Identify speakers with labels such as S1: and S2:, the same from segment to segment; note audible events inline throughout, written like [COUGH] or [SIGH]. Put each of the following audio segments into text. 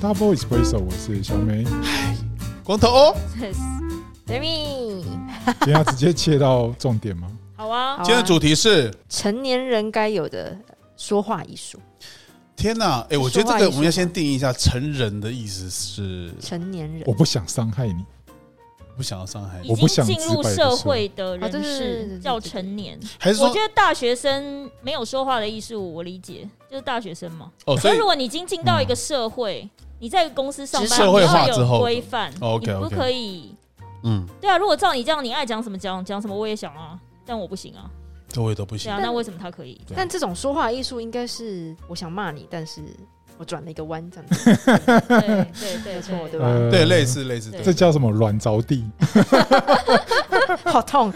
S1: Double Espresso，我是小美。
S2: 光头哦，
S3: 啊
S4: Jeremy，
S1: 今天要直接切到重点
S3: [LAUGHS]
S1: 吗？
S4: 好啊，
S2: 今天的主题是
S4: 成年人该有的说话艺术。
S2: 天哪！哎，我觉
S4: 说
S2: 得
S4: 话
S2: 这个
S4: 艺术
S2: 我们要先定义一下，成人的意思是
S4: 成年人
S1: 我不想伤害你，
S2: 不想要伤害你，
S1: 我
S3: 已
S1: 不
S3: 经
S1: 想
S3: 进入社会的
S4: 哦对
S3: 人
S4: 对对对对
S3: 士叫成年。
S2: 还是
S3: 我
S2: 说
S3: 觉得大学生没有说话的艺术，我理解，就是大学生嘛。
S2: 哦，
S3: 所
S2: 所
S3: 以
S2: 以嗯
S3: 如果你已经进到一个社会，你在公司上班，
S2: 社会化
S3: 你要
S2: 之后
S3: 有规范，
S2: 哦
S3: 你不
S2: ，OK，OK
S3: 可以。
S2: 嗯，
S3: 对啊，如果照你这样，你爱讲什么讲讲什么，我也想啊，但我不行啊。
S2: 各位都不
S3: 对
S2: 行
S3: 啊，
S4: 但
S3: 那为什么他可以？
S2: 对
S4: 但这种说话艺术应该是我想骂你，但是我转了一个弯这样 [LAUGHS] 子。
S3: 对对对
S4: 没错
S3: 对
S4: 对吧
S2: 对，类。似类似，对
S3: 对
S1: 呃这叫什么软着地？ [LAUGHS]
S4: 好痛！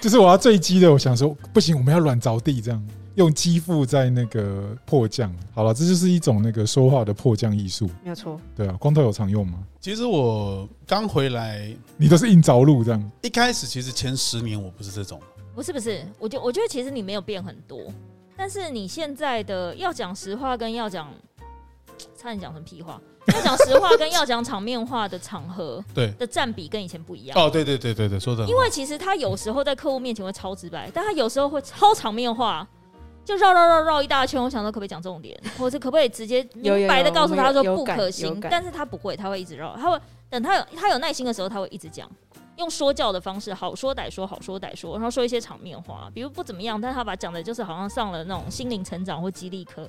S1: 就是我要最鸡的，我想说不行，我们要软着地，这样用肌肤在那个迫降。好了，这就是一种那个说话的迫降艺术，
S4: 没有错，
S1: 对啊。光头有常用吗？
S2: 其实我刚回来
S1: 你都是硬着陆这样，
S2: 一开始，其实前十年我不是这种，
S3: 不是不是，我觉我觉得其实你没有变很多，但是你现在的要讲实话跟要讲，差点讲成屁话，要讲实话跟要讲场面话的场合
S2: [LAUGHS] 对，
S3: 的占比跟以前不一样。
S2: 哦，对对对对对，说的，
S3: 因为其实他有时候在客户面前会超直白，但他有时候会超场面话，就绕绕绕绕一大圈。我想说可不可以讲重点，
S4: [LAUGHS]
S3: 或者可不可以直接
S4: 有有
S3: 明白的
S4: 有
S3: 告诉他说
S4: 我们有
S3: 不
S4: 有感
S3: 可
S4: 有
S3: 行，
S4: 感
S3: 但是他不会，他会一直绕，他会等他有他有耐心的时候，他会一直讲，用说教的方式，好说歹说，好说歹说，然后说一些场面话，比如不怎么样，但他把讲的就是好像上了那种心灵成长或激励课。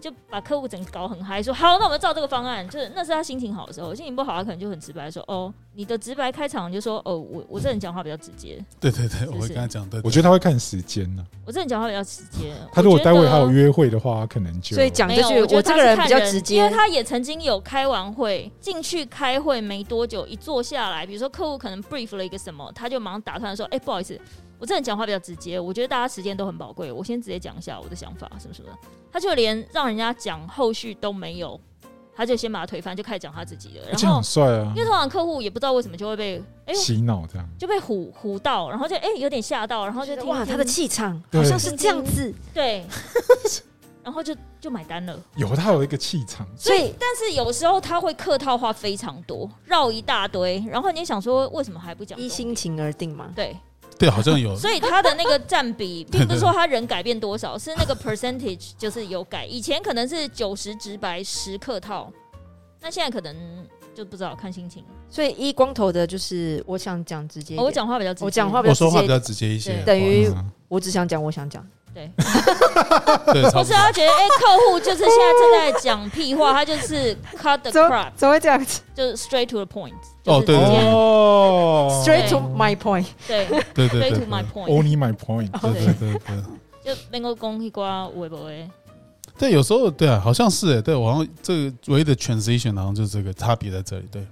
S3: 就把客户整个搞很嗨，说好，那我们照这个方案。就是那是他心情好的时候，心情不好，他可能就很直白地说，哦，你的直白开场就说，哦，我我这人讲话比较直接，
S2: 对对对，
S3: 不
S2: 我会跟他讲，对，
S1: 我觉得他会看时间呢、
S3: 我这人讲话比较直接。
S1: 他如果待会还有
S3: 约，
S1: 约会的话，他可能就
S4: 所以讲
S3: 没
S4: 这
S3: 有，
S4: 句
S3: 我觉得
S4: 这
S3: 他
S4: 个
S3: 是
S4: 人
S3: 看
S4: 比较直接，
S3: 因为他也曾经有开完会进去开会没多久，一坐下来，比如说客户可能 brief 了一个什么，他就马上打断说，哎、不好意思，我这人讲话比较直接，我觉得大家时间都很宝贵，我先直接讲一下我的想法什么什么的。他就连让人家讲后续都没有，他就先把他推翻，就开始讲他自己的。然
S1: 这样
S3: 后
S1: 很，帅啊
S3: 因，为通常客户也不知道为什么就会被，哎、呦
S1: 洗脑这样。
S3: 就被唬唬到，然后就哎、有点吓到，然后就听
S4: 哇，
S3: 听
S4: 他的气场
S1: 对
S4: 好像是这样子，
S3: 对，然后就就买单了。
S1: 有他有一个气场，
S4: 所以
S3: 但是有时候他会客套话非常多，绕一大堆，然后你也想说为什么还不讲？
S4: 依心情而定嘛。
S3: 对，
S2: 对，好
S3: [LAUGHS]
S2: 像有，
S3: 所以他的那个占
S4: [LAUGHS]
S3: 比，并不是说他人改变多少，是那个 percentage 就是有改。以前可能是九十直白，十客套，那现在可能就不知道看心情。
S4: 所以一光头的就是我想讲直接一
S3: 哦
S4: 点，
S3: 我讲话比较直接，
S4: 我讲话比
S2: 我
S4: 较
S2: 说
S4: 直
S2: 话比
S4: 接，
S2: 较直接一些，
S3: 对
S4: 等于
S1: 嗯
S4: 我只想讲我想讲。
S3: 对，
S2: 对，差
S3: 不
S2: 不
S3: 是
S2: 多。
S3: 他觉得哎、客户就是现在正在讲屁话，他就是 cut the
S4: 怎么
S3: crap，
S4: 怎么会这样子
S3: 就是 straight to the point，
S2: 哦
S3: 就是直
S2: 对
S3: 接
S1: 哦
S4: ？Straight to my point。
S3: 对
S2: 对对对
S3: straight
S2: 对
S3: to my point。
S1: Only my point，
S4: 哦
S2: 对对对对对。
S3: 就能够讲一瓜微博诶，
S2: 对，有时候对啊，好像是哎，对我好像这个唯一的 transition 好像就是这个差别在这里，对，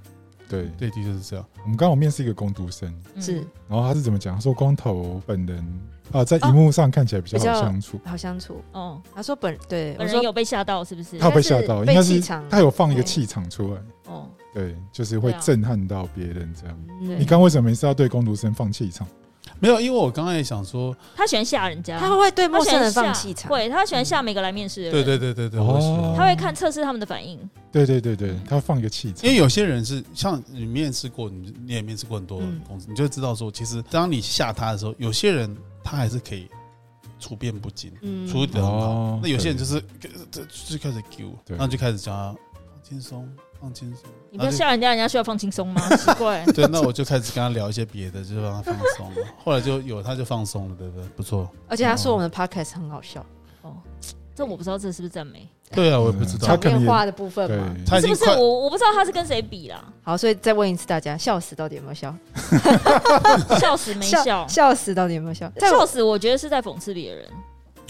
S1: 对
S2: 对，的确是这样。
S1: 我们刚好面试一个工读生，
S3: 嗯
S4: 是
S1: 然后他是怎么讲？他说光头本人啊、在荧幕上看起来比较
S4: 比较
S1: 好相处，
S4: 好相处。
S3: 哦，
S4: 他说本对，
S3: 本
S4: 我
S3: 人
S4: 说
S3: 有被吓到是不是
S4: 应该嗯
S1: 他？
S4: 是
S1: 被吓到，应
S4: 被
S1: 该
S4: 气
S1: 是
S4: 场
S1: 他有放一个
S4: 对
S1: 气场出来，
S3: 哦，
S1: 对，就是会
S3: 对啊
S1: 震撼到别人这样。
S4: 嗯
S1: 你刚为什么每次要对工读生放气场？
S2: 没有，因为我刚才也想说，
S3: 他喜欢吓人家，
S4: 他会对
S3: 他
S4: 陌
S3: 喜
S4: 生
S3: 欢
S4: 人
S3: 吓
S4: 放气场，嗯
S3: 会，他喜欢吓每个来面试的
S2: 对
S3: 人，
S2: 对对对对，
S1: 哦
S2: 我是，
S3: 他会看测试他们的反应，
S1: 对对对
S4: 嗯
S1: 对，他放一个气场
S2: 因，为有些人是像你面试过，你你也面试过很多
S4: 嗯
S2: 公司，你就会知道说，其实当你吓他的时候，有些人他还是可以处变不惊，
S4: 嗯
S2: 处理的很好
S1: 哦。
S2: 那有些人
S1: 对
S2: 就是就就开始丢，
S1: 对
S2: 然后就开始叫他放轻松，放轻松。
S3: 你不要
S2: 然后就
S3: 吓人家，人家需要放轻松吗？奇怪，
S2: 对，那我就开始跟他聊一些别的，就是让他放松。后来就有他就放松了，对不对？不错。
S4: [LAUGHS] 而且他说我们的 podcast 很好笑，
S3: 这我不知道这是不是赞美，
S2: 对啊，我也不知
S1: 他
S2: 道
S1: 可。能也
S4: 面化的部分
S1: 对，
S4: 嘛。
S2: 他已
S3: 是
S2: 经
S3: 不是？
S2: 快，
S3: 我我不知道他是跟谁比啦，
S4: 好，所以再问一次大家，笑死到底有没有笑？
S3: 笑死没笑，
S4: 笑死到底有没有笑？在我
S3: 笑死，我觉得是在讽刺别
S2: [LAUGHS]
S3: 人，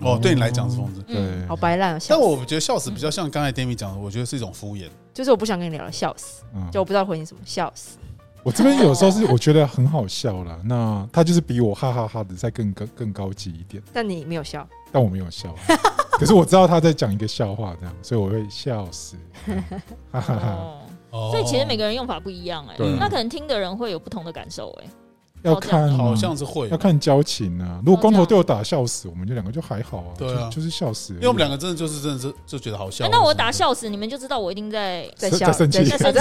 S2: 哦，对你来讲是疯子。
S1: 对，
S4: 好白烂哦，笑
S2: 但
S4: 死
S2: 我觉得笑死比较像刚才 Demi 讲的，我觉得是一种敷衍。
S4: 就是我不想跟你聊了，笑死，
S1: 嗯
S4: 就我不知道回你什么，笑死。
S1: 我这边有时候是我觉得很好笑啦，那他就是比我哈哈哈的再更更更高级一点，
S4: 但你没有笑，
S1: 但我没有笑，可是我知道他在讲一个笑话这样，所以我会笑
S3: [LAUGHS]
S1: 死，哈哈哈。
S3: 哦，
S2: 哦
S3: 所以其实每个人用法不一样
S2: 啊
S3: 哎
S1: 对，
S3: 那可能听的人会有不同的感受哎，
S1: 要看啊
S2: 好像是会
S1: 要，看交情啊。如果光头对我打笑死，我们就两个就还好啊，
S2: 对啊
S1: 就就是笑死而已。
S2: 因为我们两个真的就是真的是就觉得好笑
S3: 哎。那我打笑死你们就知道我一
S4: [LAUGHS]
S3: 定在
S5: 在
S1: 在
S5: 笑，
S1: 在生气
S3: 在生气，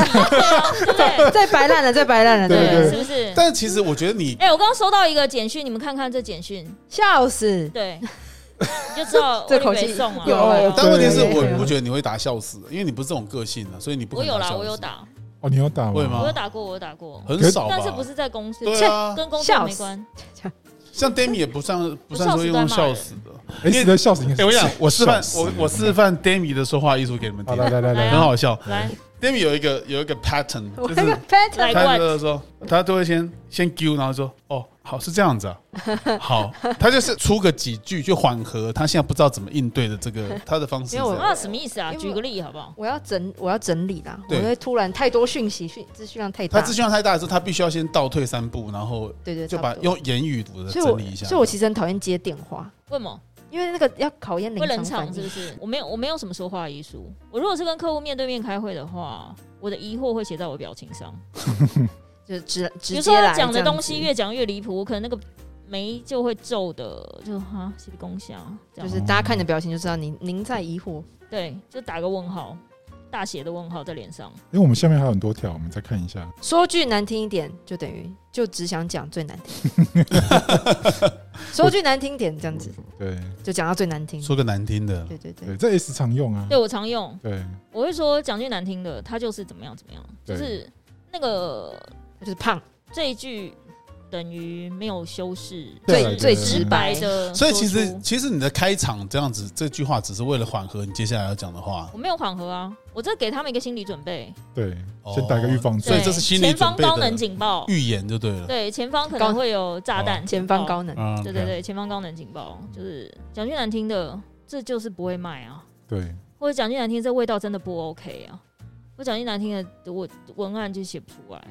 S3: 对不
S5: 在白烂了，在白烂了，
S1: 对对对
S3: 对，是不是？
S2: 但其实我觉得你
S3: 哎、我刚刚收到一个简讯，你们看看这简讯，
S5: 笑死！
S3: 对， [LAUGHS] 你就知
S5: [LAUGHS]
S3: 道
S5: 这口气
S3: 我以为送啊，
S5: 有
S3: 对啊
S5: 有
S2: 但问题是
S5: 对对
S2: 我
S5: 对
S2: 不觉得你会打笑死，因为你不是这种个性啊的，所以你不
S3: 我
S2: 可能
S3: 有啦，
S2: 笑死
S3: 我有，打，
S1: 哦，你要打
S2: 会吗
S3: 我有打过，我有打过，
S2: 很少吧，
S3: 但是不是在公司，
S2: 对啊，
S3: 跟工作
S5: 笑
S3: 没
S5: 死
S3: 关。
S2: 像 Demi 也不算不算说用笑死的。因为
S1: ？S 的笑死应该是
S2: 哎，我想我示范
S1: 笑死
S2: 我我示范 Demi 的说话艺术给你们
S1: 好
S2: 听，
S1: 来来来
S3: 来
S1: 来
S2: 很，好笑。
S3: 来，
S2: Demi 有一个有一个 pattern，
S5: 我
S2: 就
S5: 那
S2: 是
S5: 个 pattern，
S3: 来
S2: 他
S3: what？
S2: 就是说，他都会先先丢，然后说，哦，好是这样子啊，好，他就是出个几句去缓和他现在不知道怎么应对的这个他的方式是
S5: 因
S2: 这
S5: 为我
S2: 样。
S3: 啊，什么意思啊？
S5: 因为
S3: 举个例好不好？
S5: 我要整，我要整理啦。我
S2: 对
S5: 会突然太多讯息，讯资讯量太
S2: 他
S5: 大
S2: 资，讯量太大的时候，他必须要先倒退三步，然后
S5: 对对，
S2: 就
S5: 差
S2: 把
S5: 不多
S2: 用言语的
S5: 所以
S2: 整理一
S5: 我
S2: 下。
S5: 所以我其实很讨厌接电话，
S3: 为什么？
S5: 因为那个要考验
S3: 会冷
S5: 临场
S3: 场
S5: 反
S3: 是不
S5: 应。
S3: 是？我没有，我没有什么说话艺术。我如果是跟客户面对面开会的话，我的疑惑会写在我表情上。
S5: 就直
S3: 比
S5: 直
S3: 如
S5: 接
S3: 说他
S5: 来
S3: 讲
S5: 这
S3: 的
S5: 样
S3: 东西
S5: 子
S3: 越讲越离谱，我可能那个眉就会皱的，就哈，洗的功效，啊这
S5: 就
S3: 样
S5: 是大家看你的表情就知道您您在疑惑。
S3: 对，就打个问号，大写的问号在脸上。
S1: 因为我们下面还有很多条，我们再看一下。
S5: 说句难听一点，就等于就只想讲最难
S1: [LAUGHS]
S5: 听。说句难听点，这样子
S1: 对
S5: 就讲到最难听。
S2: 说个难听的，
S5: 对对对
S1: 对，，这 S 常用啊
S3: 对。我常用，
S1: 对，
S3: 我会说讲句难听的，他就是怎么样怎么样，
S1: 对
S3: 就是那个
S5: 就是胖，
S3: 这一句等于没有修饰，
S1: 对
S3: 就是
S1: 最
S3: 直白的。
S2: 所以其实其实你的开场这样子这句话，只是为了缓和你接下来要讲的话
S3: 我。没有缓和啊，我这给他们一个心理准备，
S1: 对，
S2: 哦
S1: 先打个预防针
S2: 所以。
S3: 对
S2: 这是心理
S3: 前方
S2: 准备的
S3: 高能警报，
S2: 预言就对了，
S3: 对，前方可能会有炸弹，
S5: 前方，高
S1: 哦
S5: 能。
S2: 嗯，
S3: 对对对，前方高能警报，就是讲句难听的，这就是不会卖啊，
S1: 对，
S3: 或者讲句难听，这味道真的不 OK 啊，我讲句难听的，我文案就写不出来，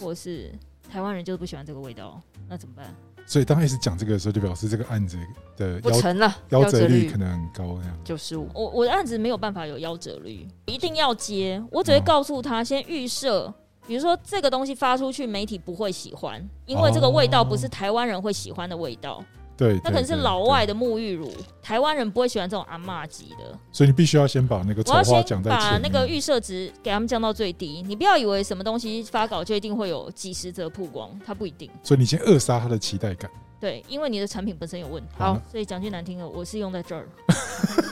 S3: 或是台湾人就是不喜欢这个味道，那怎么办？
S1: 所以当 S 讲这个的时候，就表示这个案子的
S5: 不
S1: 夭
S5: 成了，
S1: 夭
S5: 夭折
S1: 折率
S5: 率
S1: 可能很高这样。
S5: 九十五。
S3: 我我的案子没有办法有夭折率，一定要接。我只会告诉他，先预设，比如说这个东西发出去，媒体不会喜欢，因为这个味道不是台湾人会喜欢的味道，
S1: 对，对
S3: 那可能是
S1: 对
S3: 老
S1: 对
S3: 外的沐浴乳，台湾人不会喜欢这种阿嬷级的。
S1: 所以你必须要先把那个丑
S3: 我要
S1: 话
S3: 先
S1: 讲在
S3: 把
S1: 前面。
S3: 那个预设值给他们降到最低。你不要以为什么东西发稿就一定会有几十则曝光，它不一定。
S1: 所以你先扼杀他的期待感。
S3: 对，因为你的产品本身有问题。
S5: 好，
S3: 所以讲句难听的，我是用在这儿，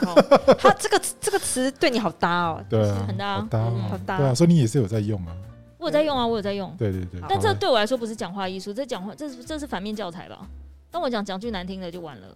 S5: 好， [LAUGHS] 他这个这个词对你好搭哦。
S1: 对啊，
S3: 很大啊
S1: 好搭哦
S3: 嗯
S5: 好搭
S1: 对啊，所以你也是有在用啊。
S3: 我有在用啊，我有在用。
S1: 对对对，好
S3: 但这
S1: 的
S3: 对我来说不是讲话艺术，这讲话这是这是反面教材吧？当我讲讲句难听的就完了，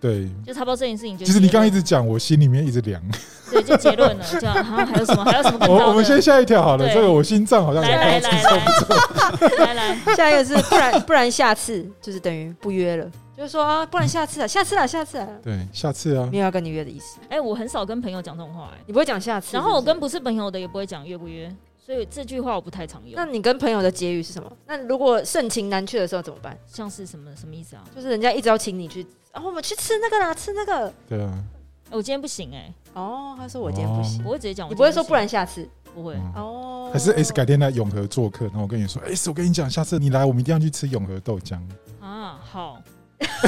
S1: 对。
S3: 就差不多这件事情就
S1: 其实你刚刚一
S3: 结
S1: 直讲，我心里面一直
S3: [LAUGHS]
S1: 凉。
S3: 论对就结论了，这样啊还有什么还有什么更糟
S1: [LAUGHS]
S3: 的？
S1: 我我们先下一条好了，
S3: 对
S1: 这个我心脏好像
S3: 来来来来来来，
S5: 下一个是不然 [LAUGHS] 不然下次就是等于不约了，就是说啊，不然下次啊，下次啊，下次啊，
S1: 对，下次啊
S5: 没，有要跟你约的意思。
S3: 哎，我很少跟朋友讲这种话哎，
S5: 你不会讲下次。
S3: 然后我
S5: 是不是
S3: 跟不是朋友的也不会讲约不约，所以这句话我不太常
S5: 那
S3: 用。
S5: 你跟朋友的结语是什么？那如果盛情难却的时候怎么办？
S3: 像是什么什么意思啊？
S5: 就是人家一直要请你去，哦，我们去吃那个啦，吃那个。
S1: 对啊，
S3: 哎我今天不行哎，
S5: 哦，他说我今天不行，
S3: 我会直接讲我
S2: 哦
S5: 你
S3: 今天行。
S5: 不会说不然下次
S3: 不会，
S1: 嗯
S5: 哦？
S1: 还是 S 改天来永和做客，然后我跟你说，S，我跟你讲，下次你来，我们一定要去吃永和豆浆，
S3: 啊？好
S5: [LAUGHS]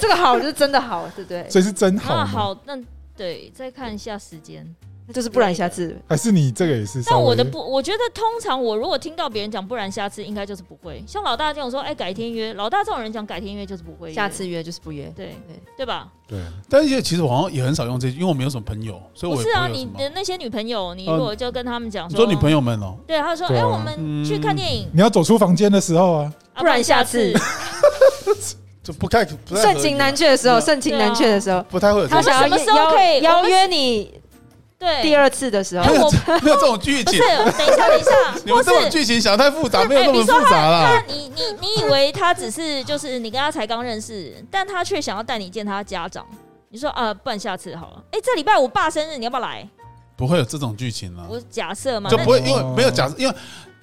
S5: 这个好就是真的好，对不对？
S1: 所以是真好
S3: 啊
S1: 吗，
S3: 好，那对，再看一下时间。
S5: 那就是不然下次
S1: 还是你这个也是稍
S3: 但
S1: 微？
S3: 我的不，我觉得通常我如果听到别人讲，不然下次应该就是不会。像老大这种说，哎、改天约。老大这种人讲改天约就是不会约
S5: 下次约就是不约。
S3: 对
S5: 对
S3: 对吧？
S1: 对，
S2: 但是其实我好像也很少用这句，因为我没有什么朋友，所以
S3: 不
S2: 我也
S3: 是啊，
S2: 会有
S3: 你
S2: 什么
S3: 的那些女朋友，你
S5: 嗯
S2: 哦
S3: 如果就跟他们讲
S2: 你
S3: 说，
S2: 说女朋友们哦，
S3: 对，他就说，
S1: 对
S3: 哎、
S1: 啊
S3: 我们去看电影，
S1: 你要走出房间的时候啊，
S3: 啊
S5: 不嗯然下次
S2: 就不太不太合理啊
S5: 盛情难却的时候，
S2: 对啊啊
S5: 盛情难却的时候，
S2: 不太会有这
S5: 他
S2: 种
S3: 们
S5: 想要
S3: 什么时候可
S5: 邀
S3: 以我
S5: 邀
S3: 们
S5: 约你
S3: 对，
S5: 第二次的时候
S3: 哎，我
S2: [LAUGHS] 没有这种剧
S3: 不
S2: 情
S3: 是，，等一下，等一下，
S2: 你们
S3: 不
S2: 这种
S3: 是。
S2: 剧情想得太复杂，
S3: 哎
S2: 没有那
S3: 比
S2: 么
S3: 如
S2: 复
S3: 说
S2: 杂
S3: 他
S2: 啦。
S3: 你你你以为他只是就是你跟他才刚认识，但他却想要带你见他家长。你说啊，不然下次好了。哎、这礼拜我爸生日，你要不要来？
S2: 不会有这种剧情啦，
S3: 我假设嘛，
S2: 就
S3: 那
S2: 不会
S1: 那
S2: 因为
S5: 哦
S2: 没有假设，因为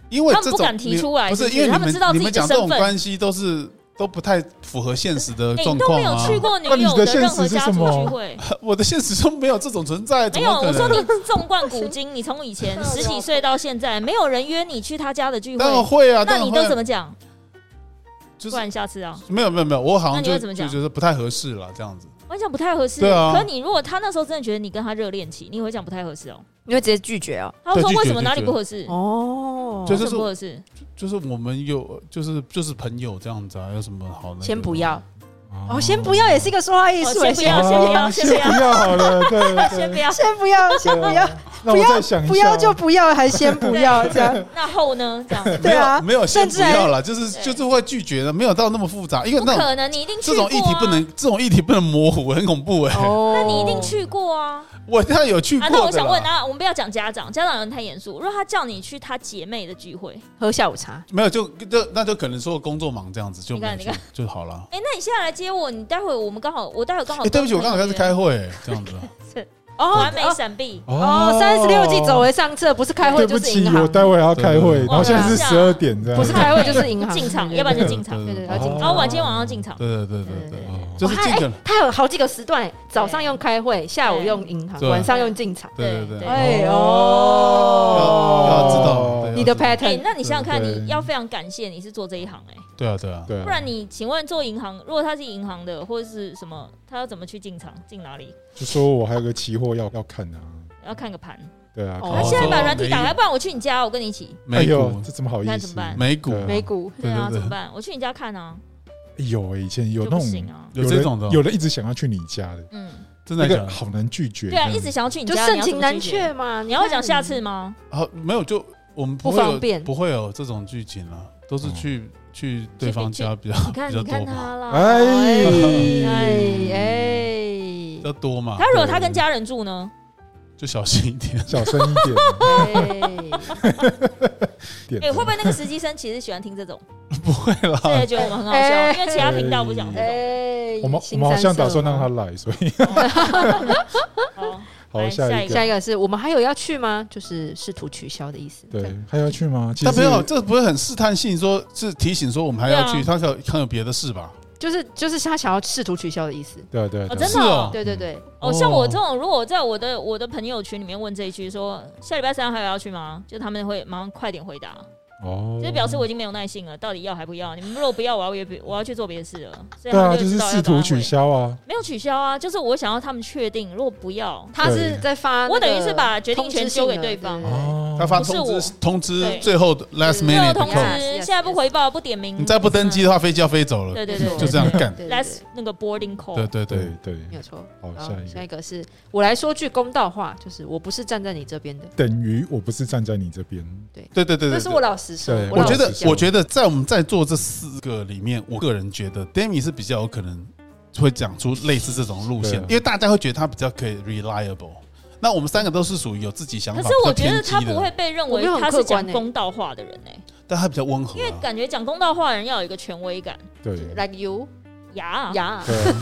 S2: 因为
S3: 他们
S2: 这
S3: 不
S2: 种
S3: 敢提
S2: 你
S3: 出来
S2: 不
S3: 是
S2: 是
S3: 不
S2: 因为
S3: 是
S2: 你
S3: 他们知道自
S2: 你
S3: 己
S2: 们
S3: 的
S2: 讲这种
S3: 身份
S2: 关系都是都不太符合现实的
S3: 哎
S2: 状
S3: 你都
S2: 况
S3: 没有
S2: 啊。
S3: 去过女
S1: 那你
S3: 友
S1: 的现
S3: 任何
S1: 实是
S3: 家
S1: 什
S3: 族
S1: 么
S3: 聚会。
S2: [LAUGHS] 我的现实中没有这种存 [LAUGHS] 在，怎
S3: 没有，
S2: 么可
S3: 我说你
S2: 能？
S3: 纵贯古今，你从以前十几岁到现在，没有人约你去他家的聚
S2: 当然
S3: 会，
S2: 会啊，
S3: 那
S2: 当然
S3: 你都
S2: 会
S3: 怎
S2: 啊。
S3: 么讲？
S2: 就
S3: 不
S2: 是
S3: 然下次啊，
S2: 没有没有没有，我好
S3: 那
S2: 像
S3: 你
S2: 就
S3: 会怎么
S2: 就
S3: 讲
S2: 觉得不太合适了，这样子。
S3: 我讲不太合适。
S2: 对啊
S3: 可你如果他那时候真的觉得你跟他热恋期，你会讲不太合适哦。
S5: 你会直接拒绝哦。
S3: 他会说
S2: 对拒绝
S3: 为什么
S2: 拒绝
S3: 哪里不合适？
S5: 哦，
S2: 就是
S3: 为什么不合适？
S2: 就是我们有，就是就是朋友这样子啊，有什么好那个
S5: 先不要
S1: 哦
S5: 哦，先不要也是一个说话艺术，欸
S3: 哦先不要
S1: 哦
S3: 先不要
S1: 先
S3: 先
S1: 不
S3: 不要
S1: 要好了，对
S3: [LAUGHS] 先不
S1: 对，
S3: 要。
S5: 先不要，先不要，
S1: 让我再想一下，
S5: 不要就不要，还先不要这样。
S3: 那后呢？这样
S2: 没
S5: 对
S2: 有、
S5: 啊
S2: 没有先
S5: 甚
S2: 不
S5: 至还
S2: 要了，就是
S3: 对
S2: 就是会拒绝的，没有到那么复杂，因为 [LAUGHS]
S3: 不
S2: 那种
S3: 可能，你一定去
S2: 这种议
S3: 过
S2: 题
S3: 啊
S2: 不能，这种议题不能模糊，很恐怖哎、
S5: 哦，
S3: 那你一定去过啊！
S2: 我他有哦去
S3: 啊，
S2: 过的啦、
S3: 那我想问，那我们不要讲家长，家长有点太严肃。如果他叫你去他姐妹的聚会，
S5: 喝下午茶。
S2: 没有就就那就可能说工作忙这样子就
S3: 你
S2: 没有
S3: 看
S2: 去
S3: 你看
S2: 就好了。
S3: 哎、那你现在来接我，你待会我们刚好，我待会刚好
S2: 哎、
S3: 哦
S2: 对
S3: 跟朋友约、
S2: 不起，我刚好在是开
S3: [LAUGHS]
S2: 会、这样子。
S3: 我
S5: 哦
S3: 还没闪避。
S5: 哦，三十六计走为上策，不是开会
S1: 对不
S5: 就是银
S1: 起，
S5: 行
S1: 我，待会还要开会，
S2: 对
S1: 然后现在是十二点这样
S5: 不是开会就是银行
S3: [LAUGHS] 进场，
S5: 对对对
S3: 要不然就进场。
S2: 对
S5: 对
S2: 对
S5: 对，
S2: 对
S5: 要进
S3: 然后
S5: 场。
S3: 哦晚今天晚上进场，
S2: 对对对对
S5: 对
S2: 对
S5: 对
S1: 哦
S5: 对，
S2: 就是
S5: 哇
S2: 尽可能
S5: 哎它有好几个时段，早上用开会，下午
S3: 对
S5: 用银行，
S2: 对
S5: 晚上用进场。
S2: 对对哦对，
S3: 对对
S5: 哎
S2: 要
S5: 哦，
S2: 知道对
S5: 你的
S3: 哎、
S5: pattern
S3: 那你想想看，
S1: 对
S3: 你要非常感谢你是做这一行哎、
S2: 对啊对啊，
S1: 对啊，
S3: 不然你请问做银行，如果他是银行的或者是什么，他要怎么去进场？进哪里？
S1: 就说我还有个期货要要看啊，
S3: 要看个盘。
S1: 对啊，
S5: 哦
S3: 他、
S1: 看
S3: 现在把软
S2: 没
S3: 体打开，不然我去你家，我跟你一起。
S1: 哎
S2: 美
S1: 呦
S2: 股，
S1: 这怎么好
S3: 那
S1: 意
S3: 怎
S1: 思
S3: 么？办
S2: 美股
S1: 对
S5: 美股
S3: 对啊，
S2: 对对对
S3: 怎么办？我去你家看啊，
S1: 有哎以前有
S3: 就
S1: 那
S3: 不
S1: 种
S3: 行啊。
S2: 有这种的哦，
S1: 有人一直想要去你家的，
S3: 嗯，
S2: 真
S1: 那
S2: 的假的
S1: 个？好难拒绝。
S3: 对啊，
S1: 这样
S3: 一直想要去你
S5: 就
S3: 家，
S5: 盛
S3: 你要怎
S5: 情
S3: 么
S5: 难
S3: 拒绝
S5: 却嘛。
S3: 你要
S5: 看
S3: 讲下次吗？
S2: 好，没有，就我们
S5: 不
S2: 会有
S5: 方便
S2: 不会有这种剧情啊，都
S1: 哦
S2: 是去、去对方家比较
S3: 你看，
S2: 比较
S3: 你
S2: 多
S3: 看
S2: 吧，
S3: 他啦。
S1: 哎
S5: 哎
S2: 比
S5: 哎
S2: 较多嘛
S3: [LAUGHS] 他，如果他跟家人住呢？
S2: 就小心一点。
S1: 小声一点
S5: 哎，
S1: 点
S3: 哎、，会不会那个实习生其实喜欢听这种？
S2: 不会
S3: 所以
S2: 啦，
S3: 觉得我们很好笑，
S5: 哎
S3: 因为其他频道不讲这种。
S5: 哎，
S1: 我们我们好像打算让他来，所以
S3: 好，
S1: [LAUGHS] 好
S3: 来下
S1: 下
S2: 啊
S3: 一
S1: 一
S3: 个
S1: 个
S5: 下一个是我们还有要去吗？就是试图取消的意思。
S1: 对还要去吗？ [LAUGHS] 其
S2: 但
S1: 实
S2: 没有，这不是很试探性，说是提醒说我们还要去，
S3: 对
S2: 他可能有别的事吧？
S5: 就是就是他想要试图取消的意思。
S1: 对啊对啊
S3: 哦，
S1: 对啊
S3: 真
S2: 是
S3: 的
S2: 哦
S3: 哦
S5: 对对对，
S3: 哦像我这种，如果我在我的我的朋友圈里面问这一句说下礼拜三还有要去吗？就他们会马上快点回答，
S1: 哦
S3: 就表示我已经没有耐心了，到底要还不要？你们如果不要，我要也我要去做别的事了。所
S1: 对
S3: 以他
S1: 啊，
S3: 们
S1: 就
S3: 知
S1: 是
S3: 道要
S1: 试
S3: 赶
S1: 图
S3: 快回
S1: 取，消啊，
S3: 没有取消啊，就是我想要他们确定，如果不要，
S5: 他是在发那个，
S3: 我等于是把决定权丢给对
S5: 通知。
S3: 方
S5: 性的
S1: 哦，
S2: 他发
S3: 不是
S2: 通知
S3: 我
S2: 通知
S3: 对
S2: 最后的 last
S5: 没
S3: 最后
S2: minute
S3: 通
S2: call，
S3: 知
S5: yes，
S3: 现在不回报不点名，
S2: 嗯你再不登机的话，飞机要飞走了，
S3: 对对对哦对
S2: 就这样干。
S5: 对对对
S3: ，last 那个 boarding call，
S2: 对对对
S1: 对，对，
S3: 嗯
S5: 没有错。
S1: 好
S5: 然后
S1: 下一
S5: 下
S1: 个
S5: 一个是我来说句公道话，就是我不是站在你这边的，
S1: 等于我不是站在你这边，
S2: 对对对
S5: 这
S2: 对
S5: 是
S2: 对
S5: 我。老实说
S1: 对。
S2: 我
S5: 老
S2: 觉
S5: 实
S2: 得，
S5: 讲
S2: 我觉得在我们在座这四个里面，我个人觉得 Demi 是比较有可能会讲出类似这种路线
S1: 对啊，
S2: 因为大家会觉得他比较可以 reliable。那我们三个都是属于有自己想法，
S3: 可是我觉得他
S2: 比较偏激的
S3: 不会，被认
S5: 我
S3: 为
S5: 没有很
S3: 他
S5: 客
S3: 是
S5: 观
S3: 讲
S5: 欸
S3: 公道话的人呢、
S2: 但他比较温和
S3: 因为
S2: 啊。
S3: 感觉讲公道话的人要有一个权威感。
S1: 对
S5: like you
S3: 呀，
S5: 呀，
S1: 对
S3: [LAUGHS]
S1: 啊，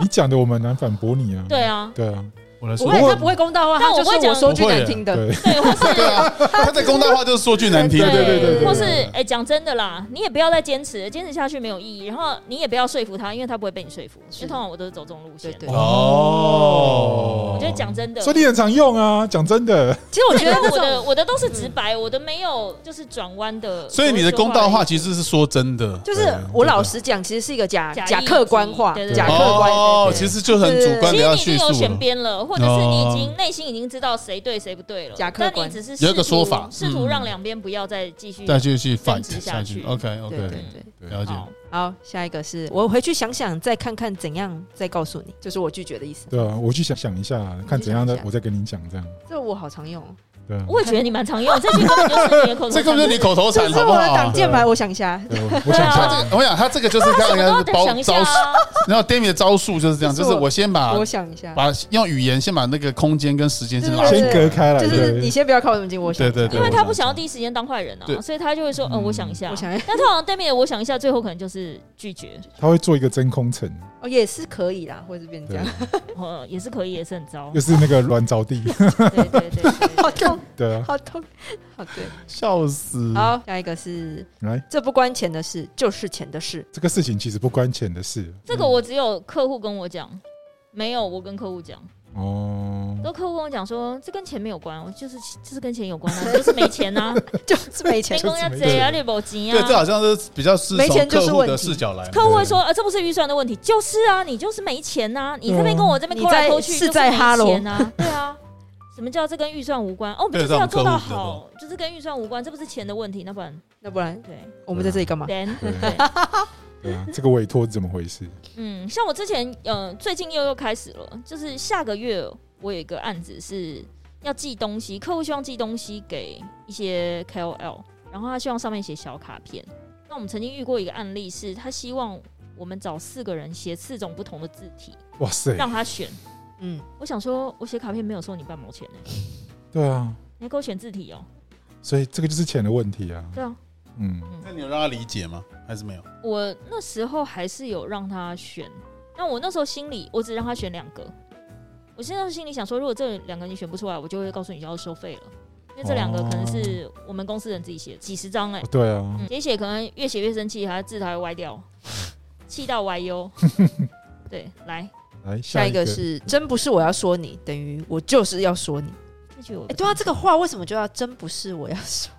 S1: 你讲的我们很难反驳你啊，
S3: 对啊，
S1: 对啊，
S2: 我来
S5: 不
S2: 说，
S5: 会，他
S2: 我
S5: 不会公道话，
S3: 但
S5: 他
S3: 我
S5: 就
S3: 不会
S5: 是我
S3: 讲
S5: 说句
S2: 不会
S5: 难
S2: 啊
S5: 听的。
S1: 对
S2: [LAUGHS]
S3: 对，或是
S2: 对啊，他在公道话就是说句难听的，
S5: 对对对对对
S3: 或是哎，讲、真的啦，你也不要再坚持，坚持下去没有意义。然后你也不要说服他，因为他不会被你说服。
S5: 是
S3: 因为通常我都是走这种路线。
S5: 对对
S2: 哦
S3: 我觉得讲真的，
S1: 所以你很常用啊，讲真的，
S5: 其实我觉得
S3: 因为
S5: 那
S3: 我的
S5: 种
S3: 我的都是直白，我的没有就是转弯的。
S2: 所以你的公道话
S3: 实
S2: 其实是说真的，
S5: 就是我老实讲，其实是一个假
S3: 假
S5: 假
S3: 意
S5: 客观化
S3: 对对，对
S5: 假
S3: 对
S5: 客观。
S2: 哦，
S5: 对
S2: 其实就很主观
S3: 其
S2: 的
S3: 实
S2: 要
S3: 你已
S2: 叙
S3: 经有
S2: 述
S3: 选
S2: 了。
S3: 边了，或者是你已
S2: 哦
S3: 经内心已经知道谁对谁不对了，
S5: 哦假客
S3: 但
S5: 观
S3: 你只是试
S2: 有一个
S3: 图
S2: 说法
S3: 试图
S2: 嗯
S3: 让两边不要再继
S5: 嗯
S3: 续
S2: 再继续
S3: 争
S2: fight
S3: 执
S2: 下
S3: 下
S2: 去
S3: 去
S2: ，OK
S5: 对对
S2: OK，
S5: 对。
S2: 了解。
S3: 好
S5: 好，下一个是我回去想想，再看看怎样，再告诉你，就是我拒绝的意思。
S1: 对啊，我去想想一下，看怎样
S5: 你去想一
S1: 的
S5: 下
S1: 我再跟你讲这样，
S5: 这我好常用哦，
S1: 对啊，
S3: 我也觉得你蛮常用，这句根本就是你的口头禅。
S2: [LAUGHS] 这根本就是你口头
S5: 这
S2: 禅，
S5: 是
S2: 好不
S5: 我的
S2: 好
S5: 挡？箭牌，我想一下。
S1: 对我我想一
S2: 他
S3: [LAUGHS] 对啊
S1: 下，
S2: 这个，我想他这个就是
S3: 他
S2: 他
S3: 什么
S2: 的
S3: 都要
S2: 包
S3: 想一下
S2: 招式，
S3: 啊。
S2: 然后 Demi 的招数就是这样，
S5: 这
S2: 就是是
S5: 我
S2: 我先把
S5: 我想一下，
S2: 把用语言先把那个空间跟时间先拉
S5: 对
S2: 出
S5: 对
S1: 先
S2: 来，
S1: 隔开来，
S5: 就是
S1: 对
S5: 你先不要靠我那么近，我想一下
S2: 对对对
S3: 因为他不想要第一时间当坏人
S2: 对
S3: 啊，所以他就会说：“嗯，我想一下
S5: 我。想一下，”
S3: 但通常对面的我想一下，最后可能就是拒绝，
S1: 他会做一个真空层，
S5: 哦，也是可以啦，或者是变这
S1: 对
S5: 样，，
S3: 呃，也是可以，也是很糟
S1: 又。是那个软着地， [LAUGHS]
S3: 对对对对，
S5: [LAUGHS]
S3: 对
S5: 好痛，
S1: 对啊，
S5: 好痛，嗯好对。
S2: [LAUGHS] 笑死。
S5: 好，下一个是
S1: 来，
S5: 这不关钱的事，就是钱的 [LAUGHS] 事。
S1: 这个事情其实不关钱的事，
S3: 这个我只有客户跟我讲，没有我跟客户讲。
S1: 哦，
S3: 然后客户跟我讲说，这跟钱没有关，我就是就是跟钱有关啊，你就是没钱呐、啊，
S5: 就是没钱 [LAUGHS]
S3: 没。工要
S1: 没
S3: 贼啊，
S1: 钱
S3: 你没钱
S2: 对，这
S3: 啊。
S2: 好像是比较是
S5: 没钱
S2: 从
S5: 就是
S2: 客户
S5: 问
S2: 的
S5: 题
S2: 视角来的。
S3: 客户会说，呃，这不是预算的问题，就是啊，你就是没钱呐、你这边跟我这
S5: 嗯
S3: 边
S5: 你
S3: 抠来
S5: 在
S3: 抠去，
S5: 是在哈
S3: 就
S5: 喽
S3: 是没钱啊，对啊。什么叫这跟预算无关？哦，我们
S2: 对
S3: 就是要
S2: 这种
S3: 做
S2: 客
S3: 到
S2: 户比较
S3: 好，就是跟预算无关，这不是钱的问题，那不然
S5: 那不然
S3: 对
S5: 我们在这里干嘛？
S3: ，then
S1: 对
S3: 对。
S1: [LAUGHS] 对啊，这个委托是怎么回事？
S3: 嗯，像我之前，呃，最近又又开始了，就是下个月我有一个案子是要寄东西，客户希望寄东西给一些 KOL，然后他希望上面写小卡片。那我们曾经遇过一个案例是，他希望我们找四个人写四种不同的字体，
S1: 哇塞，
S3: 让他选。
S5: 嗯，
S3: 我想说，我写卡片没有收你半毛钱呢、
S1: 对啊，
S3: 你还给我选字体哦、
S1: 所以这个就是钱的问题啊。
S3: 对啊，
S1: 嗯，
S2: 那你有让他理解吗？还是没有？
S3: 我那时候还是有让他选，但我那时候心里我只让他选两个。我现在心里想说，如果这两个你选不出来，我就会告诉你要收费了，因为这两个可能是
S5: 哦
S3: 我们公司人自己写，几十张
S5: [LAUGHS]
S3: 哎、
S1: 哦对
S5: 嗯
S1: 啊，
S3: 写一写可能越写越生气，还字还会歪掉，气到歪
S5: [LAUGHS]
S3: 忧。对，来，
S1: 来
S5: 下
S1: 下
S5: 一
S1: 一个
S5: 个是真不是我要说你，等于我就是要说你。
S3: 这句我
S5: 哎，对啊，这个话为什么就要真不是我要说？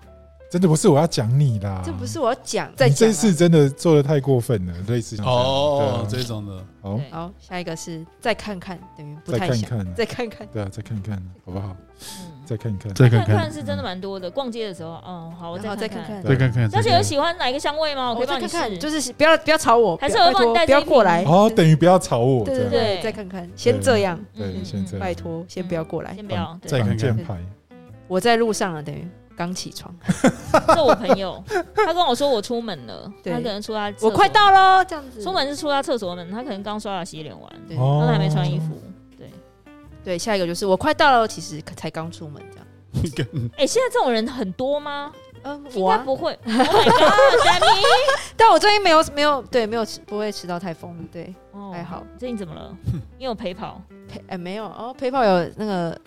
S1: 真的不是我要讲你啦，
S5: 这不是我要讲，再
S1: 啊你这
S5: 讲啊。
S1: 次真的做的太过分了，类似像这样
S2: 哦，
S1: 对
S2: 这
S1: 啊
S2: 种的，
S1: 好，
S3: 对
S5: 好，下一个是再看看，等于不
S1: 再
S5: 太
S1: 看
S5: 想。
S1: 看，
S5: 再看看，
S1: 对啊，再看看，好不好？
S3: 嗯，
S1: 再看看，
S2: 再
S3: 看看是真的蛮多的。逛街的时候，嗯，好，我
S5: 然后再
S3: 再
S5: 看
S3: 看看。
S1: 再看
S2: 看
S3: 小姐有喜欢哪一个香味吗？我可以
S5: 再
S3: 帮
S5: 看
S3: 你
S5: 看，
S3: 试。
S5: 就是不要不要吵我，
S3: 还是
S5: 拜
S3: 我帮你
S5: 托
S3: 带
S5: 不要
S3: 这一
S5: 过
S3: 瓶
S5: 来。
S1: 哦，等于不要吵我，
S5: 对
S1: 这
S5: 对
S1: 样
S3: 对
S5: 对，再看看，先这样，
S1: 对
S3: 嗯
S1: 现在
S5: 拜托，先不要过来
S3: 先。不要，
S2: 再
S3: 对，
S1: 挡
S2: 看看
S1: 箭牌，
S5: 我在路上了，等于刚起床，
S3: 这我朋
S5: [LAUGHS]
S3: 友，他跟我说我出门了，
S5: 对
S3: 他可能出他厕所
S5: 我快到喽，这样子。
S3: 出门是出他厕所门，他可能刚刷牙洗脸完，
S5: 对哦
S1: 哦
S3: 他还没穿衣服。
S5: 对，下一个就是我快到了，其实才刚出门这样。
S3: 哎、现在这种人很多吗？
S5: 嗯，
S3: 应
S5: 我
S3: 该
S5: 啊，[LAUGHS]
S3: 不会。Oh my god，佳妮
S5: 但我最近没有没有对没有吃不会吃到太疯，对，
S3: 哦
S5: 还好。
S3: 最近怎
S5: [LAUGHS]
S3: 么了？你有陪跑？
S5: 陪哎没有哦，陪跑有那个